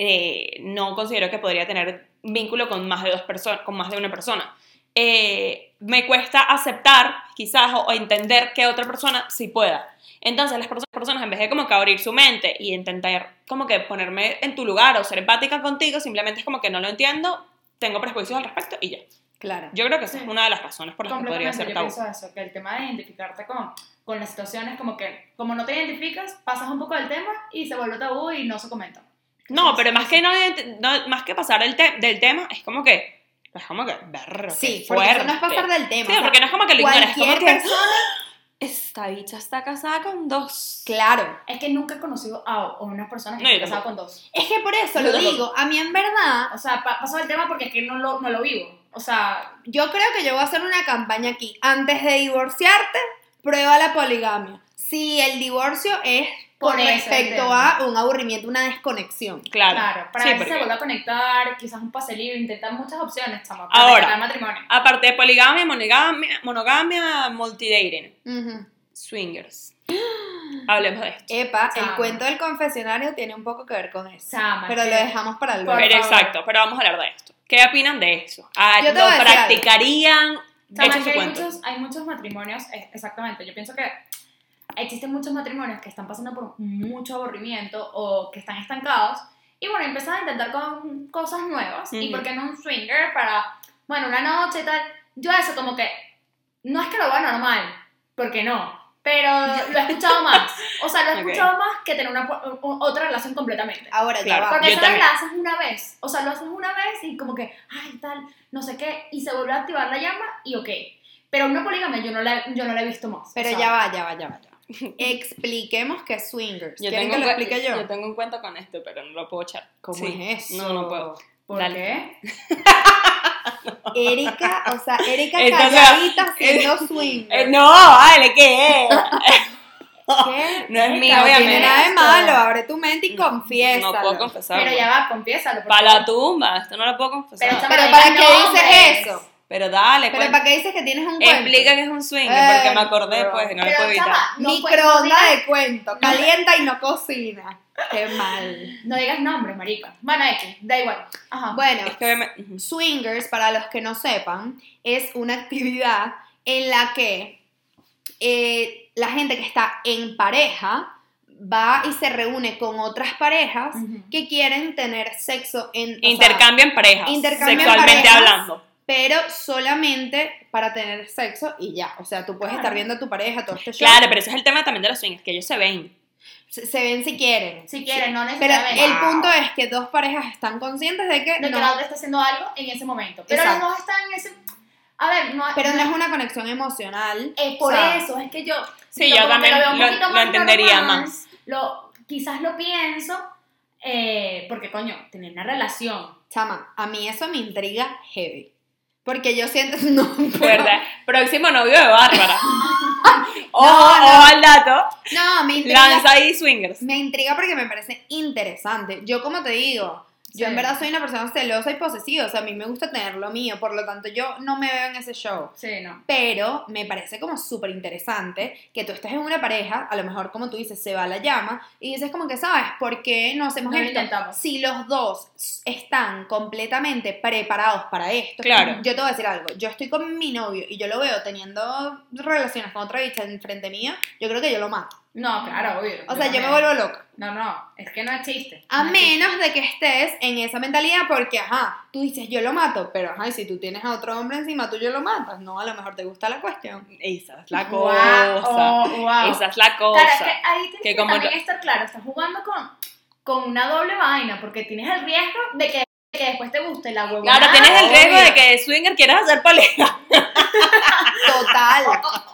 eh, no considero que podría tener vínculo con más de dos personas, con más de una persona. Eh, me cuesta aceptar quizás o, o entender que otra persona sí pueda. Entonces las perso- personas en vez de como que abrir su mente y intentar como que ponerme en tu lugar o ser empática contigo, simplemente es como que no lo entiendo, tengo prejuicios al respecto y ya. Claro. Yo creo que esa es Sí. una de las razones por las que podría Completamente, ser yo tabú. pienso eso, que el tema de identificarte con, con las situaciones, como que como no te identificas, pasas un poco del tema y se vuelve tabú y no se comenta. No, pero más que no, ident- no- más que pasar del, te- del tema, es como que, es como que, berro, qué Sí, porque fuerte. eso no es pasar del tema. Sí, o sea, porque no es como que lo ignoras, es como cualquier que, persona. esta bicha está casada con dos. Claro. Es que nunca he conocido a o una persona que No, esté yo casada con dos. Es que por eso Yo lo tampoco. digo. A mí en verdad, O sea, pa- pasó el tema porque es que no lo, no lo vivo. O sea, yo creo que yo voy a hacer una campaña aquí. Antes de divorciarte, prueba la poligamia. Si el divorcio es Por por, eso, respecto entiendo. a un aburrimiento, una desconexión. Claro, claro, para sí, ver si porque- se vuelve a conectar, quizás un pase libre, intentar muchas opciones, chama, para Ahora. evitar matrimonio. aparte de poligamia, monogamia, monogamia, multidating, Ujú. swingers. Hablemos de esto. Epa, el Chama. cuento del confesionario tiene un poco que ver con eso. Chama, Pero que- lo dejamos para luego. Por Pero favor. exacto, pero vamos a hablar de esto. ¿Qué opinan de eso? Ah, Yo te ¿Lo voy a decir algo. practicarían? Chama, Echen que su hay, cuento. muchos, hay muchos matrimonios, eh, exactamente. Yo pienso que existen muchos matrimonios que están pasando por mucho aburrimiento o que están estancados. Y bueno, empiezan a intentar con cosas nuevas. ¿Y Ujú. por qué no un swinger para, bueno, una noche y tal? Yo eso como que, no es que lo vea normal, porque no. Pero lo he escuchado más. O sea, lo he Ok. escuchado más que tener una, pu- o- otra relación completamente. Ahora Claro. ya va. Porque Ah, yo eso también. la haces una vez. O sea, lo haces una vez y como que, ay, tal, no sé qué. Y se vuelve a activar la llama y ok. Pero una poligamia yo no la, yo no la he visto más. Pero o sea, ya va, ya va, ya va, ya va. Expliquemos qué es swingers. Yo ¿Quieren tengo, que un lo cu- explique yo? yo tengo un cuento con esto, pero no lo puedo echar. ¿Cómo Sí. es eso? No, no puedo. ¿Por Dale. qué? Erika, o sea, Erika Entonces, calladita haciendo swing. Eh, no, vale, ¿qué es? ¿Qué? No es mío, Claro, No tiene obviamente. nada de esto. malo, abre tu mente y confiesa. No puedo confesarlo. Pero ya va, confiésalo. por Para la favor. tumba, esto no lo puedo confesar. Pero está- Pero, Pero Ay, ¿para no, qué hombre. dices eso? dale, Pero cuenta. ¿para qué dices que tienes un cuento? explica que es un swing, Eh, porque me acordé, bro. pues, y no lo Pero, puedo evitar. chama, no, pues, no, Microondas digas, de cuento, calienta y no cocina. Qué mal. no digas nombres, marica. Bueno, X, da igual. Ajá. Bueno, Es que obviamente- ujú. swingers, para los que no sepan, es una actividad en la que eh, la gente que está en pareja va y se reúne con otras parejas Ujú. que quieren tener sexo en o sea, intercambian parejas, intercambian sexualmente parejas. hablando. pero solamente para tener sexo y ya. O sea, tú puedes estar viendo a tu pareja todo este show. Claro, pero ese es el tema también de los swings, que ellos se ven. Se, se ven si quieren. si quieres, no Pero necesariamente. el punto es que dos parejas están conscientes de que De que no, la otra está haciendo algo en ese momento. Pero Exacto. los dos están en ese. A ver, no. pero no es una conexión emocional. Eh, por O sea, eso, es que yo. Sí, digo, yo como que también veo un lo- poquito lo más entendería normal, más. Lo, quizás lo pienso, eh, porque coño, tener una relación. Chama, a mí eso me intriga heavy. Porque yo siento. No, pero- ¿Verdad? Próximo novio de Bárbara. o, No, no. o al dato, No, me intriga. lanza ahí swingers. Me intriga porque me parece interesante. Yo, como te digo, yo Sí. en verdad soy una persona celosa y posesiva. O sea, a mí me gusta tener lo mío. Por lo tanto, yo no me veo en ese show. Sí, no. Pero me parece como súper interesante que tú estés en una pareja, a lo mejor como tú dices, se va la llama, y dices como que, ¿sabes? ¿Por qué no hacemos No lo esto? intentamos. Si los dos s- están completamente preparados para esto, Claro. yo te voy a decir algo, yo estoy con mi novio y yo lo veo teniendo relaciones con otra bicha enfrente mía, yo creo que yo lo mato. No, claro, obvio. O sea, yo me también. vuelvo loca. No, no, es que no es chiste. A No es chiste. menos de que estés en esa mentalidad porque, ajá, tú dices yo lo mato, pero ajá, y si tú tienes a otro hombre encima, tú yo lo matas. No, a lo mejor te gusta la cuestión. Esa es la Guau, cosa. oh, guau. Esa es la cosa. Claro, es que ahí tienes que que, como también estar claro, estás jugando con, con una doble vaina, porque tienes el riesgo de que, de que después te guste la huevona. Claro, tienes el obvio. riesgo de que swinger quieras hacer pareja. Total.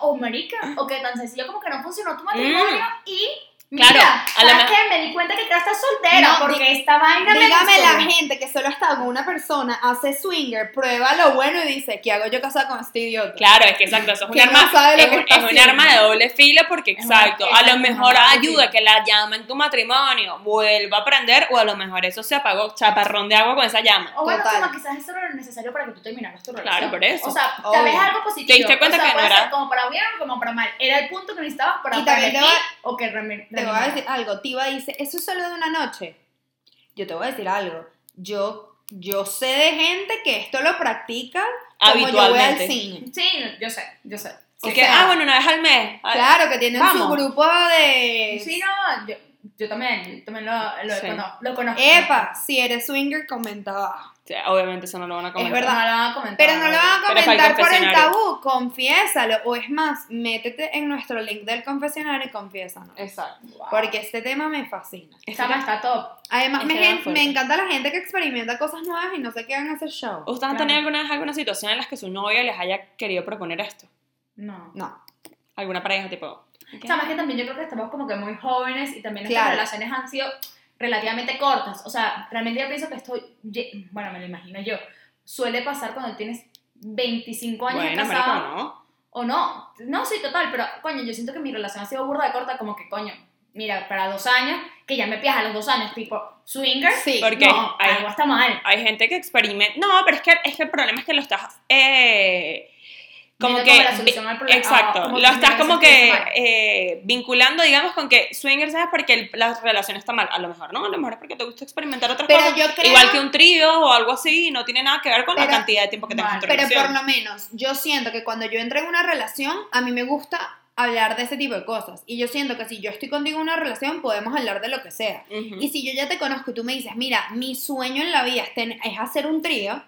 O, o marica, o que tan sencillo como que no funcionó tu matrimonio Mm. y... Claro, mira, a la ¿sabes me- qué? Me di cuenta que ya estás soltera No, porque esta vaina me Dígame gustó. la gente que solo ha estado con una persona, hace swinger, prueba lo bueno y dice, ¿qué hago yo casada con este idiota? Claro, es que exacto, eso es un Que no arma, sabe lo es, que un- está es un haciendo. arma de doble filo porque Es una- exacto, a lo exacto, mejor es una doble ayuda filo. que la llama en tu matrimonio, vuelva a prender o a lo mejor eso se apagó, chaparrón de agua con esa llama. O bueno, Total. como quizás eso era lo necesario para que tú terminaras tu relación. Claro, por eso. O sea, tal vez Obvio. algo positivo. Te diste cuenta o sea, que no puede era- ser como para bien o como para mal. Era el punto que necesitabas para Y también te revertir va- o que reme- Te voy a remediar. decir algo. Tiba dice, eso es solo de una noche. Yo te voy a decir algo. Yo, yo sé de gente que esto lo practica como yo voy al Habitualmente. cine. Sí, yo sé, yo sé. Así o que, sea, ah, bueno, una vez al mes. Ah, Claro, que tienen su Vamos. grupo de... Sí, no, yo, yo también, yo también lo, lo, Sí. cono- lo conozco. Epa, si eres swinger, comenta abajo. o sea, Obviamente eso no lo van a Es comentar. verdad, no lo van a comentar. Pero no lo van a Pero para el comentar por el confesionario. tabú, confiésalo. O es más, métete en nuestro link del confesionario y confiésalo. Exacto. Wow. Porque este tema me fascina. Esta más está top. Además, me, Este da gen- fuerte. me encanta la gente que experimenta cosas nuevas y no se quedan a hacer show. ¿Ustedes Claro. han tenido alguna vez alguna situación en la que su novio les haya querido proponer esto? No. No. ¿Alguna pareja tipo? O sea, más que también yo creo que estamos como que muy jóvenes y también nuestras Claro. relaciones han sido relativamente cortas. O sea, realmente yo pienso que esto, ye- bueno, me lo imagino yo, suele pasar cuando tienes 25 años de Bueno, casado. marico, no. O no. No, sí, total, pero coño, yo siento que mi relación ha sido burda de corta, como que coño, mira, para dos años, que ya me piaja a los dos años, tipo, swinger. Sí. ¿Por qué? No, Ay. algo está mal. Hay gente que experimenta. No, pero es que, es que el problema es que lo estás. Eh, como Viendo que. la solución al problema. Exacto, Ah, como lo que estás me como parece que está mal. eh, vinculando, digamos, con que swingers es porque el- la relación está mal. A lo mejor no, a lo mejor es porque te gusta experimentar otras Pero cosas. yo creo- Igual que un trío o algo así, no tiene nada que ver con la Pero- cantidad de tiempo que tengas en tu Vale, Pero por relación. lo menos, yo siento que cuando yo entro en una relación, a mí me gusta hablar de ese tipo de cosas. Y yo siento que si yo estoy contigo en una relación, podemos hablar de lo que sea. Ujú. Y si yo ya te conozco y tú me dices, mira, mi sueño en la vida es, ten- es hacer un trío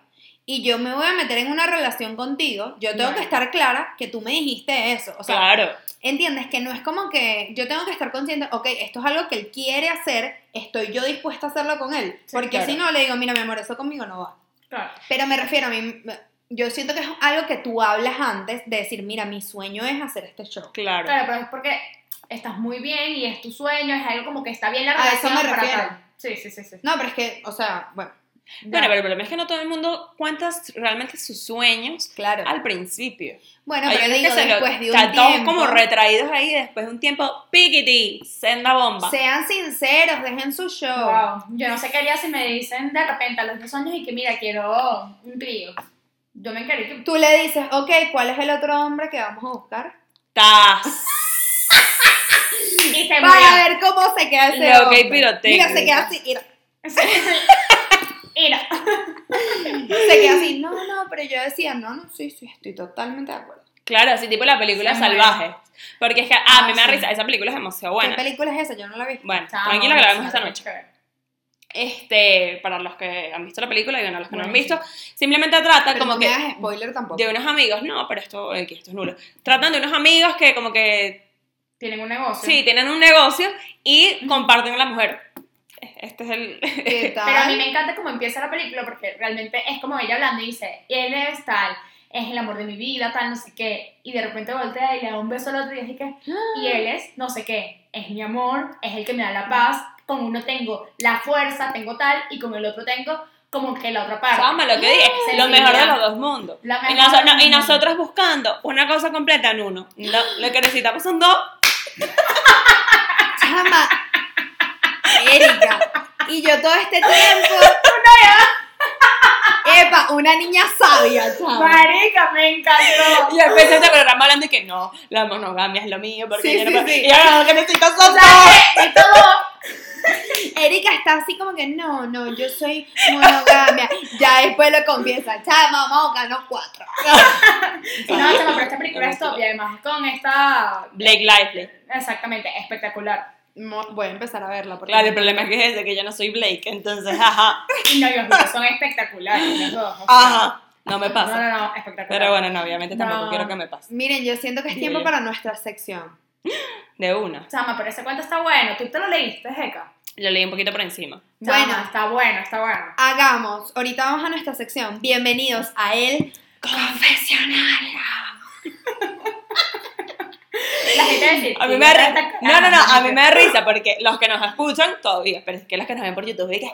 y yo me voy a meter en una relación contigo, yo tengo Bueno. que estar clara que tú me dijiste eso. O sea, claro, entiendes que no es como que yo tengo que estar consciente, ok, esto es algo que él quiere hacer, estoy yo dispuesta a hacerlo con él. Sí, porque claro. si no, le digo, mira, mi amor, eso conmigo no va. Claro. Pero me refiero a mí, me- yo siento que es algo que tú hablas antes de decir, mira, mi sueño es hacer este show. claro. Claro, pero es porque estás muy bien y es tu sueño, es algo como que está bien la A eso relación. me para refiero. tal. Sí, sí, sí, sí. No, pero es que, o sea, bueno, Bueno, pero el problema es que no todo el mundo cuentas realmente sus sueños claro. al principio. Bueno, Hay pero unos digo, que se lo- después de están un todos tiempo, como retraídos ahí, después de un tiempo, piquiti, senda bomba. sean sinceros, dejen su show. Wow. Yo no sé qué haría si me dicen de repente a los dos años y que mira, quiero un trío. Yo me encargué que. Tú le dices, ok, ¿cuál es el otro hombre que vamos a buscar? Tas. Y Eh, se murió. Para ver cómo se queda ese Lo que hombre. hay pirotecnia. Mira, se queda así, mira, Mira. se queda así. No, no, pero yo decía, no, no, sí, sí, estoy totalmente de acuerdo. Claro, así tipo la película Sí, Salvaje. Porque es que, ah, a mí me da sí. risa, esa película es demasiado buena. ¿Qué película es esa? Yo no la vi. Bueno, Chamo, tranquila que la vemos no, esta no, noche. chévere. Este, para los que han visto la película y bueno, los que no han Buenísimo. visto, simplemente trata Pero como no que me hagas spoiler tampoco. de unos amigos, no, pero esto, eh, que esto es nulo. Tratan de unos amigos que como que, Tienen un negocio. sí, tienen un negocio y comparten a la mujer. Este es el... ¿Qué tal? Pero a mí me encanta cómo empieza la película porque realmente es como ella hablando y dice, él es tal, es el amor de mi vida, tal, no sé qué. Y de repente voltea y le da un beso al otro y dice que, y él es no sé qué, es mi amor, es el que me da la paz, con uno tengo la fuerza, tengo tal, y con el otro tengo como que la otra parte. Chama, lo que dije, Sencillo. lo mejor de los dos mundos. La Y, mejor noso- del no, y mundo. nosotros buscando una cosa completa en uno. No, lo que necesitamos son dos. Chama. Erika. Y yo todo este tiempo. Epa, una niña sabia, chaval. Marica, me encantó. Y después este programa hablando de que no, la monogamia es lo mío, porque Sí, yo no sí, puedo- sí. Y ahora que me estoy O casando. sea, que esto lo- Erika está así como que no, no, yo soy monogamia. Ya después lo confiesa, chama, vamos a ganar cuatro. No, chama, pero esta película es top y además con esta... Blake Lively. Exactamente, espectacular. Mo- Voy a empezar a verla. Porque Claro, el problema es que es ese, que yo no soy Blake, entonces, ajá, Y no, Dios mío, son espectaculares los dos. o sea, ajá, no me No, pasa. no, no, espectacular. Pero bueno, no, obviamente tampoco No. quiero que me pase. Miren, yo siento que es tiempo Sí. para nuestra sección. De una. Chama, pero ese cuento está bueno. ¿Tú te lo leíste, Jeca? Lo leí un poquito por encima. Chama, Bueno. Está bueno, está bueno. Hagamos, ahorita vamos a nuestra sección. Bienvenidos a el confesionario. La gente va a decir... A mí "Sí, me da esta risa. ca- No, no, no, ah, a mí me da risa porque los que nos escuchan todavía, pero es que los que nos ven por YouTube, dije,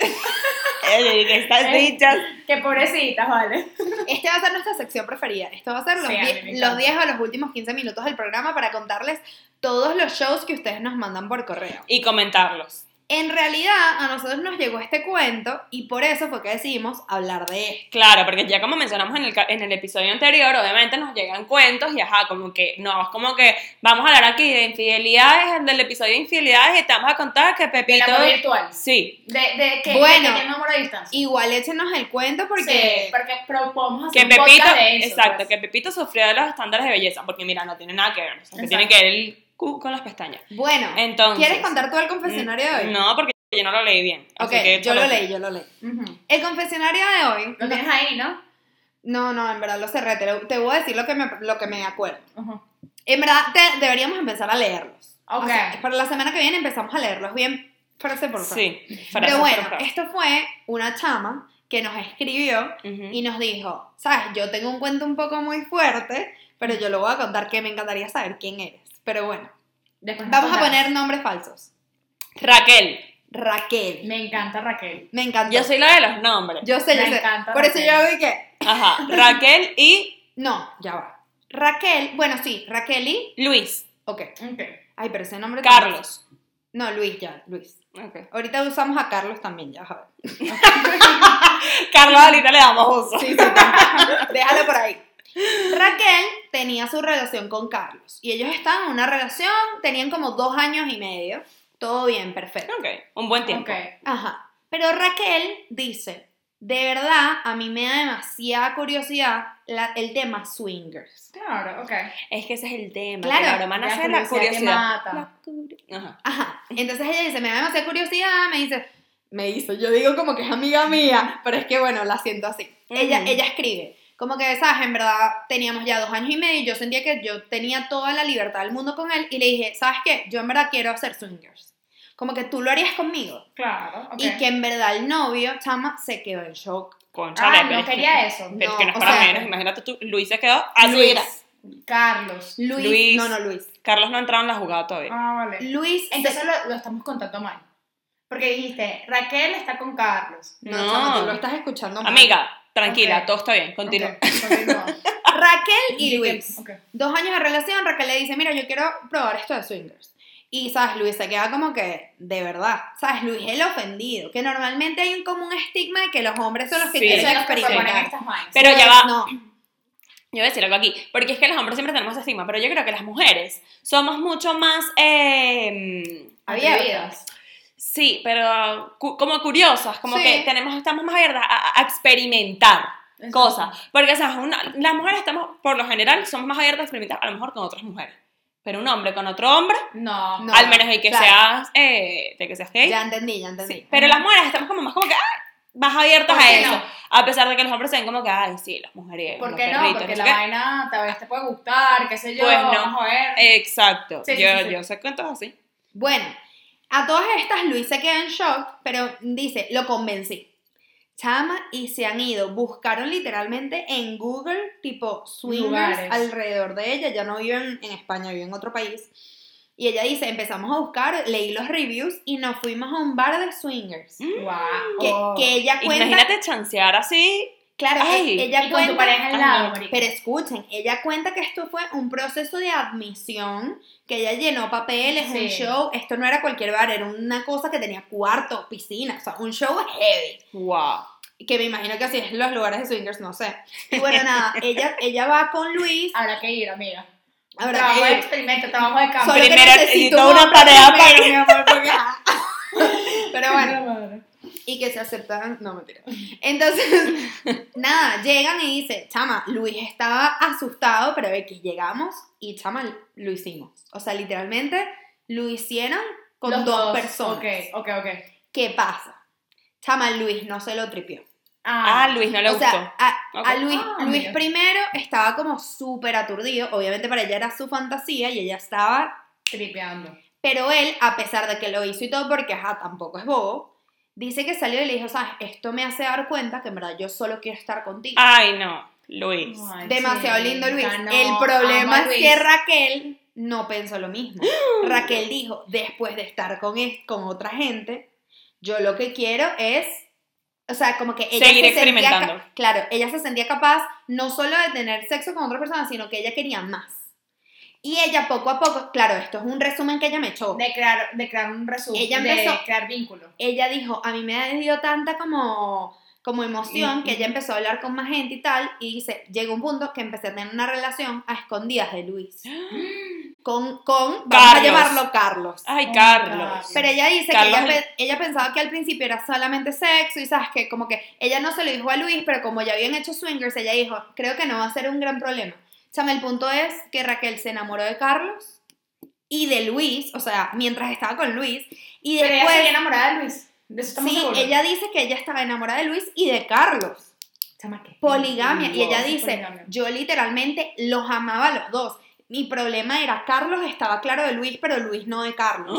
que estas bichas. Que pobrecitas, vale. Este va a ser nuestra sección preferida. Esto va a ser los, Sí, a mí me die- encanta. los 10 o los últimos 15 minutos del programa para contarles todos los shows que ustedes nos mandan por correo. Y comentarlos. En realidad, a nosotros nos llegó este cuento y por eso fue que decidimos hablar de esto. Claro, porque ya como mencionamos en el, ca- en el episodio anterior, obviamente nos llegan cuentos y ajá, como que no, es como que vamos a hablar aquí de infidelidades, del episodio de infidelidades y te vamos a contar que El Pepito... amor virtual. Sí, De, de que, de Bueno. que tiene amor a distancia. Igual échenos el cuento Sí, porque porque propomos hacer un que Pepito... podcast de eso, exacto, pues. que Pepito sufrió de los estándares de belleza, porque mira, no tiene nada que ver, o sea, que Exacto. tiene que ver el cu con las pestañas. bueno, Entonces... mm, ¿quieres contar tú el confesionario de hoy? No, porque yo no lo leí bien. Ok, así que yo lo coloca. leí, yo lo leí. Ujú. El confesionario de hoy. Lo tienes ahí, ¿no? No, no, en verdad lo cerré. Te, lo- te voy a decir lo que me, lo que me acuerdo. Ujú. En verdad te- deberíamos empezar a leerlos. Ok. O sea, para la semana que viene empezamos a leerlos bien. Frase por frase. Sí, frase por Pero bueno, frase. esto fue una chama que nos escribió Ujú. y nos dijo, sabes, yo tengo un cuento un poco muy fuerte, pero yo lo voy a contar que me encantaría saber quién eres. Pero bueno, Después nos vamos a contamos. poner nombres falsos. Raquel, Raquel. Me encanta Raquel. Me encantó. yo soy la de los nombres. Yo sé, yo Me sé. encanta Por eso Raquel. yo hago y que, Ajá, Raquel y no, ya va. Raquel, bueno, sí, Raquel y, Luis. ok. Ok. Ay, pero ese nombre... también- Carlos. No, Luis ya, Luis. Ok. Ahorita usamos a Carlos también, ya vas a ver. Carlos ahorita le damos uso. Sí, sí, también. Déjalo por ahí. Raquel tenía su relación con Carlos y ellos estaban en una relación, tenían como dos años y medio. Todo bien, perfecto. Ok, un buen tiempo. Ok. Ajá. Pero Raquel dice, de verdad, a mí me da demasiada curiosidad la- el tema swingers. Claro, ok. Es que ese es el tema. Claro, que la broma nace de la curiosidad. te mata. Ajá. Ajá. Entonces ella dice, me da demasiada curiosidad, me dice, me hizo, yo digo como que es amiga mía, pero es que bueno, la siento así. Ella, Ujú. ella escribe, como que, sabes, en verdad teníamos ya dos años y medio y yo sentía que yo tenía toda la libertad del mundo con él y le dije, ¿sabes qué? Yo en verdad quiero hacer swingers. Como que tú lo harías conmigo. Claro, ok. Y que en verdad el novio, chama, se quedó en shock. Conchale, Ah, pero no es que- quería eso. Pero es No, que no es o para sea- menos. Imagínate tú, Luis se quedó así. Luis. Ah, era. Carlos. Luis, Luis. No, no, Luis. Carlos no ha entrado en la jugada todavía. Ah, vale. Luis. se- Entonces lo, lo estamos contando mal. Porque dijiste, Raquel está con Carlos. No, No. chama, tú lo estás escuchando mal. Amiga, tranquila, Ok. todo está bien, continúa. Ok, continúa. Raquel y que- Luis. ok. Dos años de relación, Raquel le dice, mira, yo quiero probar esto de swingers. Y, ¿sabes? Luis se queda como que, de verdad, ¿sabes? Luis el ofendido, que normalmente hay un, como un estigma de que los hombres son los que Sí. Eso quieren es lo que proponen experimentar. estas vainas. Pero ya va, No, Yo voy a decir algo aquí, porque es que los hombres siempre tenemos ese estigma, pero yo creo que las mujeres somos mucho más, eh, abiertas. sí, pero cu- como curiosas, como Sí. que tenemos, estamos más abiertas a, a experimentar Exacto. cosas, porque o sea, una- las mujeres estamos, por lo general, somos más abiertas a experimentar, a lo mejor con otras mujeres, pero un hombre con otro hombre, No. No, al menos de que claro. seas, eh, de que seas gay, Ya entendí, ya entendí. sí, pero las mujeres estamos como más como que, ah, más abiertas ¿Por a qué eso, no? a pesar de que los hombres se ven como que, ay, sí, las mujeres, ¿Por los qué no? perritos, Porque sé la qué". vaina tal vez te puede gustar, qué sé yo. Pues no. Joder. Exacto. Sí, sí, yo, sí, sí. yo sé cuentos así. Bueno, a todas estas Luis se queda en shock, pero dice, lo convencí. Chama y se han ido. Buscaron literalmente en Google tipo swingers Lugares. alrededor de ella. Ya no vive en, en España, vive en otro país. Y ella dice, empezamos a buscar, leí los reviews y nos fuimos a un bar de swingers. Eh, Guau. Que, que ella cuenta, Oh. Imagínate chancear así. claro, e- Ay, ella y con tu cuenta, pareja al Ay, lado, no, marica. pero escuchen, ella cuenta que esto fue un proceso de admisión, que ella llenó papeles, Sí. un show. Esto no era cualquier bar, era una cosa que tenía cuarto, piscina, o sea, un show heavy. Wow. Que me imagino que así es los lugares de swingers, no sé. Y bueno, nada, ella, ella va con Luis. Habrá que ir, amiga. Habrá Ah, trabajo que de ir. experimento, trabajo de campo. Solo que Primero necesito un una hombre pareja para- primero, mi amor, porque- Pero bueno, y que se aceptan, no mentira. Entonces, nada, llegan y dice, chama, Luis estaba asustado, pero X llegamos y chama, lo hicimos. O sea, literalmente lo hicieron con Los dos, personas. Ok, ok, ok. ¿Qué pasa? Chama, Luis no se lo tripió. Ah, Luis, no le O gustó. sea, a, a Ok. Luis, Ah, Luis mira. primero estaba como súper aturdido, obviamente para ella era su fantasía y ella estaba tripeando. Pero él, a pesar de que lo hizo y todo, porque ajá, tampoco es bobo, dice que salió y le dijo, sabes, esto me hace dar cuenta que en verdad yo solo quiero estar contigo. Ay, no, Luis. Ay, chica, Demasiado lindo Luis. no, El amo a problema es Luis. que Raquel no pensó lo mismo. Raquel dijo, después de estar con, es- con otra gente, yo lo que quiero es... O sea, como que ella Seguir se sentía experimentando. ca- claro, ella se sentía capaz no solo de tener sexo con otra persona, sino que ella quería más. Y ella poco a poco, claro, esto es un resumen que ella me echó. De crear, de crear un resumen. Ella De empezó- crear vínculo. ella dijo, a mí me dio tanta como, como emoción que ella empezó a hablar con más gente y tal, y dice, llegó un punto que empecé a tener una relación a escondidas de Luis, con, con vamos a Carlos. llamarlo Carlos. Ay, Oh, Carlos. Carlos. Pero ella dice Carlos que el- ella, pe- ella pensaba que al principio era solamente sexo y sabes que como que ella no se lo dijo a Luis, pero como ya habían hecho swingers, ella dijo, creo que no va a ser un gran problema. Chama, el punto es que Raquel se enamoró de Carlos y de Luis, o sea, mientras estaba con Luis, y Pero después... ella sigue enamorada de Luis. De eso estamos Sí, seguros. ella dice que ella estaba enamorada de Luis y de Carlos. Chama, ¿qué? Poligamia. Y ella Wow, dice, poligamia. yo literalmente los amaba a los dos. Mi problema era, Carlos estaba claro de Luis, pero Luis no de Carlos.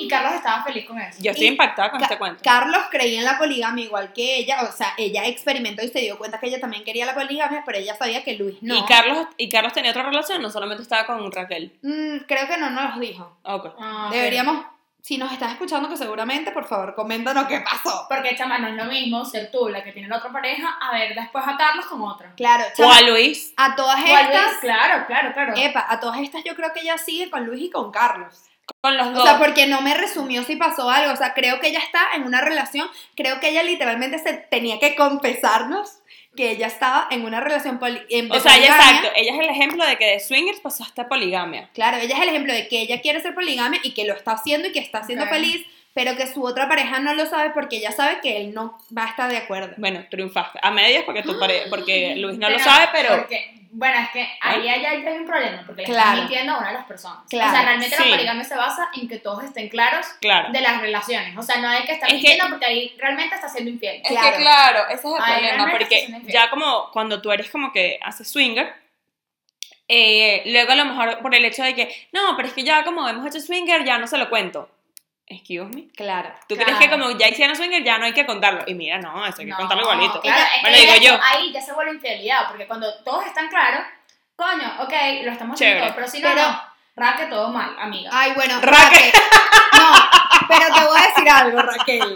Y Carlos estaba feliz con eso. Yo estoy Y- impactada con Ca- este cuento. Carlos creía en la poligamia igual que ella. O sea, ella experimentó y se dio cuenta que ella también quería la poligamia, pero ella sabía que Luis no. Y Carlos y Carlos tenía otra relación, no solamente estaba con Raquel. Mm, creo que no nos los dijo. Ok. Ah, ok. Deberíamos, si nos estás escuchando, que seguramente, por favor, coméntanos qué pasó. Porque, chama, no es lo mismo ser tú la que tiene la otra pareja a ver después a Carlos con otra. Claro, O chama, a Luis. a todas O a Luis, estas, Eh, Claro, claro, claro. epa, a todas estas yo creo que ella sigue con Luis y con Carlos. Con los O dos. sea, porque no me resumió si pasó algo. O sea, creo que ella está en una relación. Creo que ella literalmente se tenía que confesarnos que ella estaba en una relación poli en O sea, ella, poligamia. exacto, ella es el ejemplo de que de swingers pasó hasta poligamia. Claro, ella es el ejemplo de que ella quiere ser poligamia y que lo está haciendo y que está siendo Ok. feliz, pero que su otra pareja no lo sabe porque ella sabe que él no va a estar de acuerdo. Bueno, triunfaste. A medias porque tú pare- porque Luis no lo Pero, sabe, pero ¿Ah? porque- bueno, es que ahí hay, hay un problema, porque le Claro. están mintiendo a una de las personas. Claro, o sea, realmente sí. la poligamia se basa en que todos estén claros claro. de las relaciones. O sea, no hay que estar Es que- mintiendo porque ahí realmente está siendo infiel. Es Claro. que claro, ese es el Ay, problema, realmente porque sí suena ya como cuando tú eres como que haces swinger, eh, luego a lo mejor por el hecho de que, no, pero es que ya como hemos hecho swinger, ya no se lo cuento. Excuse me. Claro. ¿Tú Claro. crees que como ya hicieron swinger, ya no hay que contarlo? Y mira, no, eso hay que No, contarlo igualito. Claro, es Bueno, que digo eso, yo. Ahí ya se vuelve infidelidad, porque cuando todos están claros, coño, ok, lo estamos haciendo Chévere. todos, pero si no, Pero- no, raque todo mal, amiga. Ay, bueno, Raquel. Raquel. No, pero te voy a decir algo, Raquel.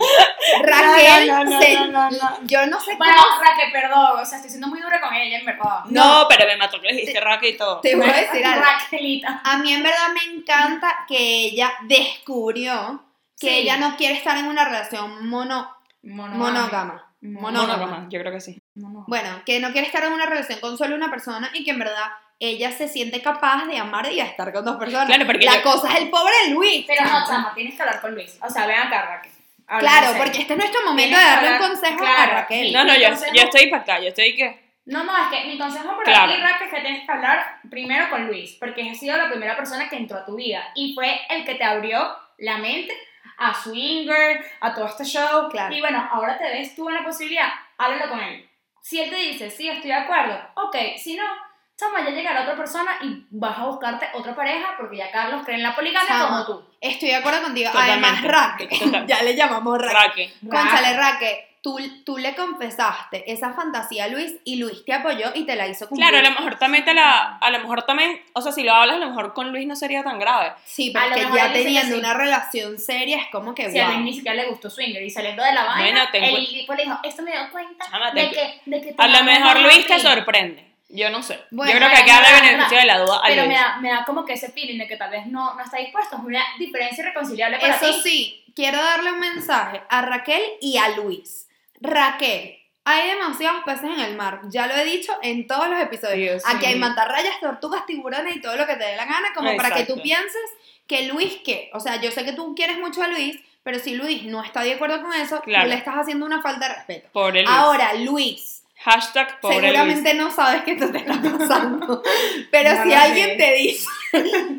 Raquel, No, no, no, se- no, no, no. yo no sé bueno, cómo Raque, perdón, o sea, estoy siendo muy dura con ella, en verdad. No, pero me mató que le dijiste raca y todo. te voy a decir algo. Raquelita. A mí en verdad me encanta que ella descubrió que Sí. ella no quiere estar en una relación mono, monógama. Monógama. Monógama. Monógama, yo creo que sí. Monógama. Bueno, que no quiere estar en una relación con solo una persona y que en verdad ella se siente capaz de amar y de estar con dos personas. Claro, porque La yo- cosa es el pobre Luis. Pero no, chama, tienes que hablar con Luis. O sea, ven acá, Raquel. Claro, porque este es nuestro momento de darle un hablar- consejo claro. a Raquel. No, no, yo, Entonces, yo no. estoy impactada, yo estoy que... No, no, es que mi consejo para Claro. ti, Raquel, es que tienes que hablar primero con Luis, porque ha sido la primera persona que entró a tu vida y fue el que te abrió la mente a Swinger, a todo este show. Claro. Y bueno, ahora te ves tú en la posibilidad, háblalo con él. Si él te dice, sí, estoy de acuerdo, ok, si no, chama, ya llegará otra persona y vas a buscarte otra pareja porque ya Carlos cree en la poligamia Chama. como tú. Estoy de acuerdo contigo. Totalmente. Además, Raquel. Total. ya le llamamos Raquel. Raque. Conchale, Raque, tú, tú le confesaste esa fantasía a Luis y Luis te apoyó y te la hizo cumplir. Claro, a lo mejor también te la, a lo mejor también, o sea, si lo hablas, a lo mejor con Luis no sería tan grave. Sí, A lo porque mejor ya él dice que teniendo sí. una relación seria es como que Si a Luis wow. ni siquiera le gustó Swinger y saliendo de la vaina, Bueno, te el encuent- tipo le dijo, esto me dio cuenta Chama, te de encu- que, de que te A lo amo, mejor Raquel". Luis te sorprende. Yo no sé. Bueno, Yo creo que hay que darle bueno, beneficio de la duda a Pero Luis. me da, me da como que ese feeling de que tal vez no, no está dispuesto. Es una diferencia irreconciliable para Eso ti. sí, quiero darle un mensaje a Raquel y a Luis. Raquel, hay demasiados peces en el mar. Ya lo he dicho en todos los Dios episodios. Aquí hay mío. mantarrayas, tortugas, tiburones y todo lo que te dé la gana, como para que tú Exacto. pienses que Luis, que, o sea, yo sé que tú quieres mucho a Luis, pero si Luis no está de acuerdo con eso, Claro. tú le estás haciendo una falta de respeto. Pobre Luis. Ahora, Luis, Hashtag pobre Luis. Seguramente no sabes que esto te está pasando. Pero No si lo alguien sé. te dice,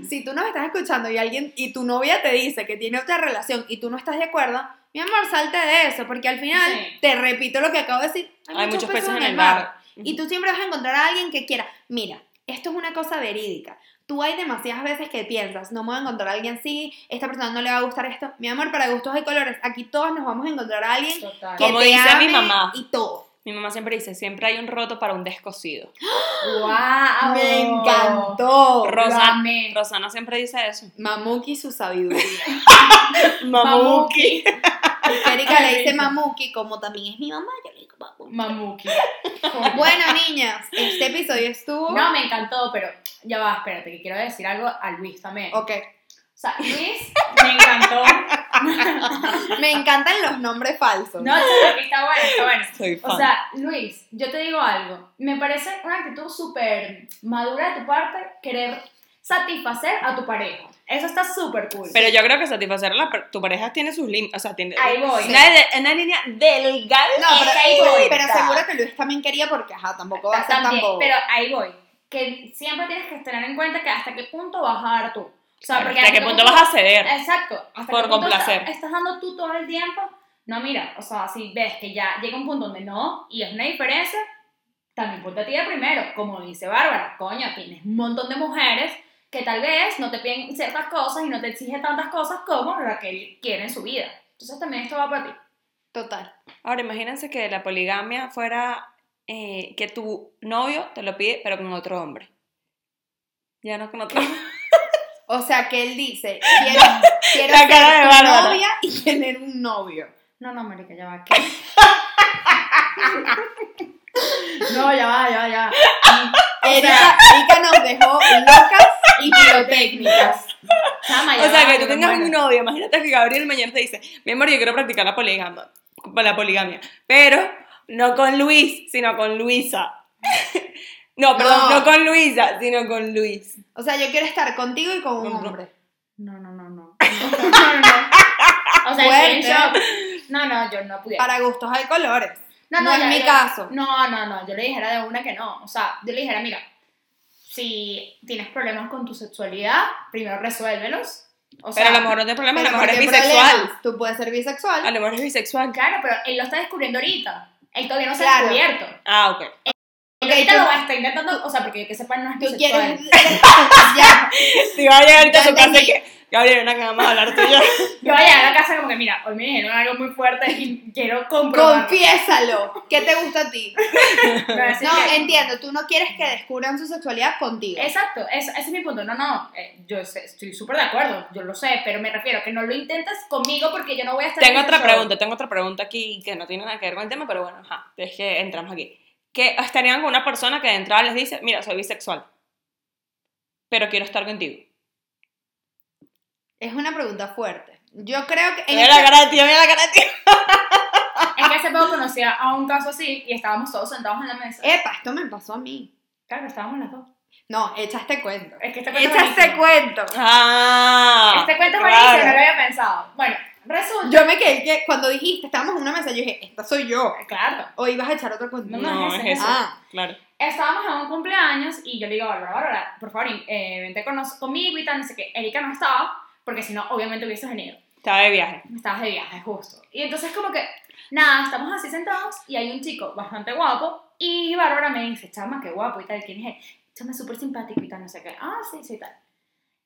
si tú nos estás escuchando y alguien y tu novia te dice que tiene otra relación y tú no estás de acuerdo, mi amor, salte de eso, porque al final Sí. te repito lo que acabo de decir, hay, Hay muchos peces en el mar. Y tú siempre vas a encontrar a alguien que quiera. Mira, esto es una cosa verídica. Tú hay demasiadas veces que piensas, no me voy a encontrar a alguien así, esta persona no le va a gustar esto. Mi amor, para gustos hay colores. Aquí todos nos vamos a encontrar a alguien Total. que Como te dice mi ame mamá. y todo. Mi mamá siempre dice, siempre hay un roto para un descosido. ¡Wow! Me encantó. Lo Rosa- amé. Rosana siempre dice eso. Mamuki y su sabiduría. Mamuki. Porque Erika le dice Ay, Mamuki, como también es mi mamá, yo le digo Mamuki. Mamuki. Bueno, niñas, este episodio estuvo. No, me encantó, pero ya va, espérate, que quiero decir algo a Luis también. O Ok. sea, Luis me encantó. Me encantan los nombres falsos. No, está está bueno, está bueno. Soy fan. O sea, Luis, yo te digo algo. Me parece una actitud súper madura de tu parte querer satisfacer a tu pareja. Eso está súper cool. pero yo creo que satisfacer a la per- tu pareja tiene sus límites. O sea, tiene Ahí voy. es una, de- una línea delgada. No, Es que ahí voy. pero, pero seguro que Luis también quería porque, ajá, tampoco va a ser tan También, bobo. pero ahí voy. Que siempre tienes que tener en cuenta que hasta qué punto vas a dar tú. O sea, porque ¿Hasta qué punto vas a ceder? Exacto. Hasta Por qué punto complacer. está- estás dando tú todo el tiempo. No, mira, o sea, si ves que ya llega un punto donde no y es una diferencia, también ponte a ti de primero. Como dice Bárbara, coño, tienes un montón de mujeres que tal vez no te piden ciertas cosas y no te exigen tantas cosas como Raquel quiere en su vida. Entonces también esto va para ti. Total. Ahora, imagínense que la poligamia fuera eh, que tu novio te lo pide, pero con otro hombre. Ya no con otro O sea, que él dice, quiero, quiero La ser cara de tu Bárbara. novia y tener un novio. No, no, marica, ya va. ¿qué? no, ya va, ya va, ya va. Erika, Erika nos dejó locas y pirotécnicas. Chama, ya O sea, va, que yo tú me tengas muero. un novio, imagínate que Gabriel mañana te dice, mi amor, yo quiero practicar la poligamia, la poligamia, pero no con Luis, sino con Luisa. No, perdón, No. no con Luisa, sino con Luis. O sea, yo quiero estar contigo y con un Con- hombre. No, no, no, no. No, no, no. O sea, estoy en Fuerte. shock. No, no, yo no pudiera. Para gustos hay colores. No, no es mi caso. No, no, no. Yo le dijera de una que no. O sea, yo le dijera, mira, si tienes problemas con tu sexualidad, primero resuélvelos. O sea, pero a lo mejor no tiene problema, a lo Pero mejor es ¿por qué bisexual. problemas? Tú puedes ser bisexual. A lo mejor es bisexual. Claro, pero él lo está descubriendo ahorita. Él todavía no se Claro. ha descubierto. Ah, ok. Él Ok, ahorita tú- lo va a estar intentando, o sea, porque que sepan no es Tú bisexual. quieres. ya. Si va a llegar ahorita a Ya su casa y entendí. que, Gabriel, ven acá, vamos a hablar tú y yo. Yo voy a llegar a la casa como que, mira, hoy me dijeron algo muy fuerte y quiero comprobar. Confiésalo. ¿Qué te gusta a ti? No, no, entiendo. Tú no quieres que descubran su sexualidad contigo. Exacto, es- ese es mi punto. No, no, eh, yo sé- estoy súper de acuerdo, yo lo sé, pero me refiero que no lo intentes conmigo porque yo no voy a estar. Tengo en el otra show. pregunta, tengo otra pregunta aquí que no tiene nada que ver con el tema, pero bueno, ajá, es que entramos aquí. Que ah, estarían con una persona que de entrada les dice, mira, soy bisexual, pero quiero estar contigo. Es una pregunta fuerte. Yo creo que. en Mira la este- cara de tío, mira la cara de tío. Es que hace poco conocí a un caso así y estábamos todos sentados en la mesa. Epa, esto me pasó a mí. Claro, estábamos las dos. No, echaste cuento. Es que este cuento es Echaste buenísimo. cuento. Ah, Este cuento es claro. buenísimo, no lo había pensado. Bueno, resulta. Yo me quedé que cuando dijiste, estábamos en una mesa, yo dije, esta soy yo. Claro, O ibas a echar otro cuento. no, No, no, es es ese, es ese. ese. Ah, Claro. Estábamos en un cumpleaños y yo le digo, Bárbara, Bárbara, por favor, eh, vente con nos- conmigo y tal, no sé qué. Erika no estaba, porque si no, obviamente hubieses venido. Estaba de viaje. estabas de viaje, justo. Y entonces como que, nada, estamos así sentados y hay un chico bastante guapo y Bárbara me dice, chama, qué guapo y tal, ¿quién es él? Chama, es súper simpático y tal, no sé qué. Ah, sí, sí, tal.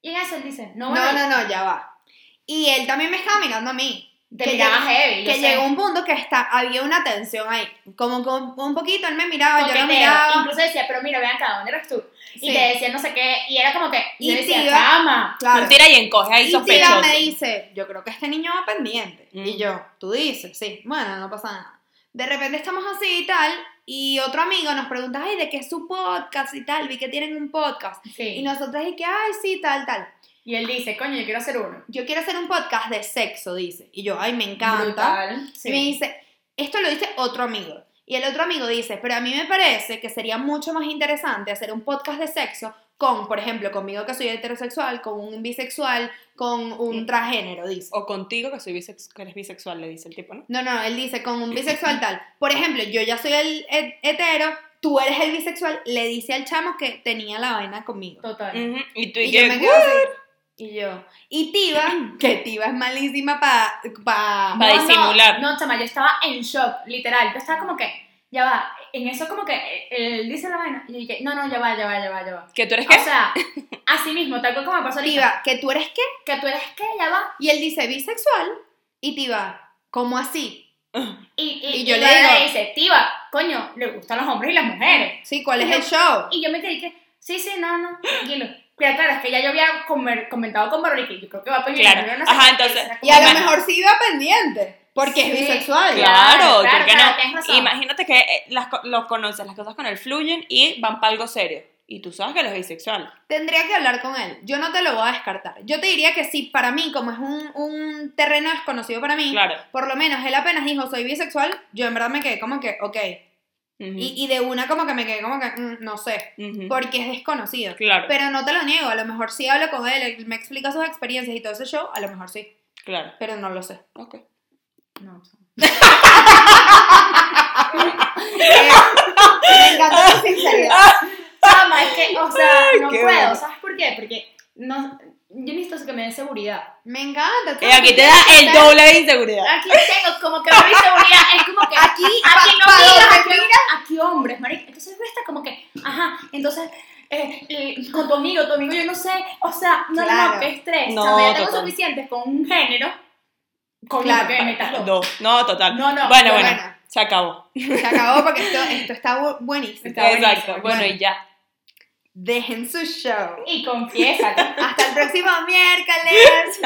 Y en eso él dice, no, no, bueno, no, no, ya va. Y él también me estaba mirando a mí. te que miraba llegó- heavy, yo sé. Que llegó un punto que está, había una tensión ahí. Como que un, un poquito él me miraba, yo Coqueteo. lo miraba. Incluso decía, pero mira, vean acá, ¿dónde eres tú? Y Sí. te decía no sé qué, y era como que, y yo Y decía, tía- chama. Claro. Un tira y encoge ahí Y Tila sospechoso. me dice, yo creo que este niño va pendiente. Mm. Y yo, tú dices, sí, bueno, no pasa nada. De repente estamos así y tal, y otro amigo nos pregunta, ay, ¿de qué es su podcast y tal? Vi que tienen un podcast. Sí. Y nosotros y que, ay, sí, tal, tal. Y él dice, coño, yo quiero hacer uno. Yo quiero hacer un podcast de sexo, dice. Y yo, ay, me encanta. Brutal. Y me Sí. dice, esto lo dice otro amigo. Y el otro amigo dice, pero a mí me parece que sería mucho más interesante hacer un podcast de sexo con, por ejemplo, conmigo que soy heterosexual, con un bisexual, con un transgénero, dice. O contigo, que, soy bisex- que eres bisexual, le dice el tipo, ¿no? No, no, él dice con un bisexual tal. Por ejemplo, yo ya soy el he- hetero, tú eres el bisexual, le dice al chamo que tenía la vaina conmigo. Total. Ujú, Y tú Y y, yo yo, me quedo así. Y yo. Y Tiva, que Tiva es malísima para... Pa, Pa- Para Mm. No, no, disimular. No, chama, yo estaba en shock, literal. Yo estaba como que, ya va, en eso como que eh, él dice la vaina. Y yo dije, no, no, ya va, ya va, ya va, ya va. que tú eres que... O sea, así mismo, tal cual como me pasó ahorita. Tiva, que tú eres qué? Que tú eres que, ya va. Y él dice bisexual. Y Tiva, ¿cómo así? Y, y, Y yo le Lorena digo- dice, Tiva, coño, le gustan los hombres y las mujeres. Sí, ¿cuál es el show? Y yo me quedé que, sí, sí, no, no, tranquilo. Pero claro, es que ya yo había comer- comentado con Baroli que yo creo que va a pedir Claro. Ajá, entonces, Y a lo mejor sí iba pendiente, porque es Sí, bisexual. Claro, Claro, ¿por qué claro, no? tienes razón. Imagínate que eh, las, co- los conoces, las cosas con él fluyen y van para algo serio. Y tú sabes que él es bisexual. Tendría que hablar con él. Yo no te lo voy a descartar. Yo te diría que sí, para mí, como es un, un terreno desconocido para mí, Claro. por lo menos él apenas dijo soy bisexual, yo en verdad me quedé como que, ok. Ujú, Y, y de una como que me quedé como que, mm, no sé, ujú. porque es desconocido. Claro, Pero no te lo niego, a lo mejor sí hablo con él, él me explica sus experiencias y todo ese show, a lo mejor sí, claro. pero no lo sé. Ok. No, chama. Eh, me encanta la sinceridad. Chama, es que, o sea, no Qué puedo. bueno. ¿Sabes por qué? Porque no, yo necesito que me den seguridad. Me encanta. Y aquí te da el doble de inseguridad. Aquí tengo como que mi seguridad es como que Aquí, aquí pa- no pa' miras, donde aquí, miras. aquí hombres, marica. Entonces yo está como que, ajá, entonces eh, eh, con tu amigo, tu amigo yo no sé, o sea, no, no, Claro. no, qué estrés. No, o sea, ya tengo total. suficiente con un género, con Claro. lo que me estás loco. Dos. No, total. No, no, bueno, pero bueno, bueno. se acabó. Se acabó porque esto, esto está bu- buenísimo. Está buenísimo. Exacto. Bueno, y ya. Dejen su show. Y confiésate. Hasta el próximo miércoles.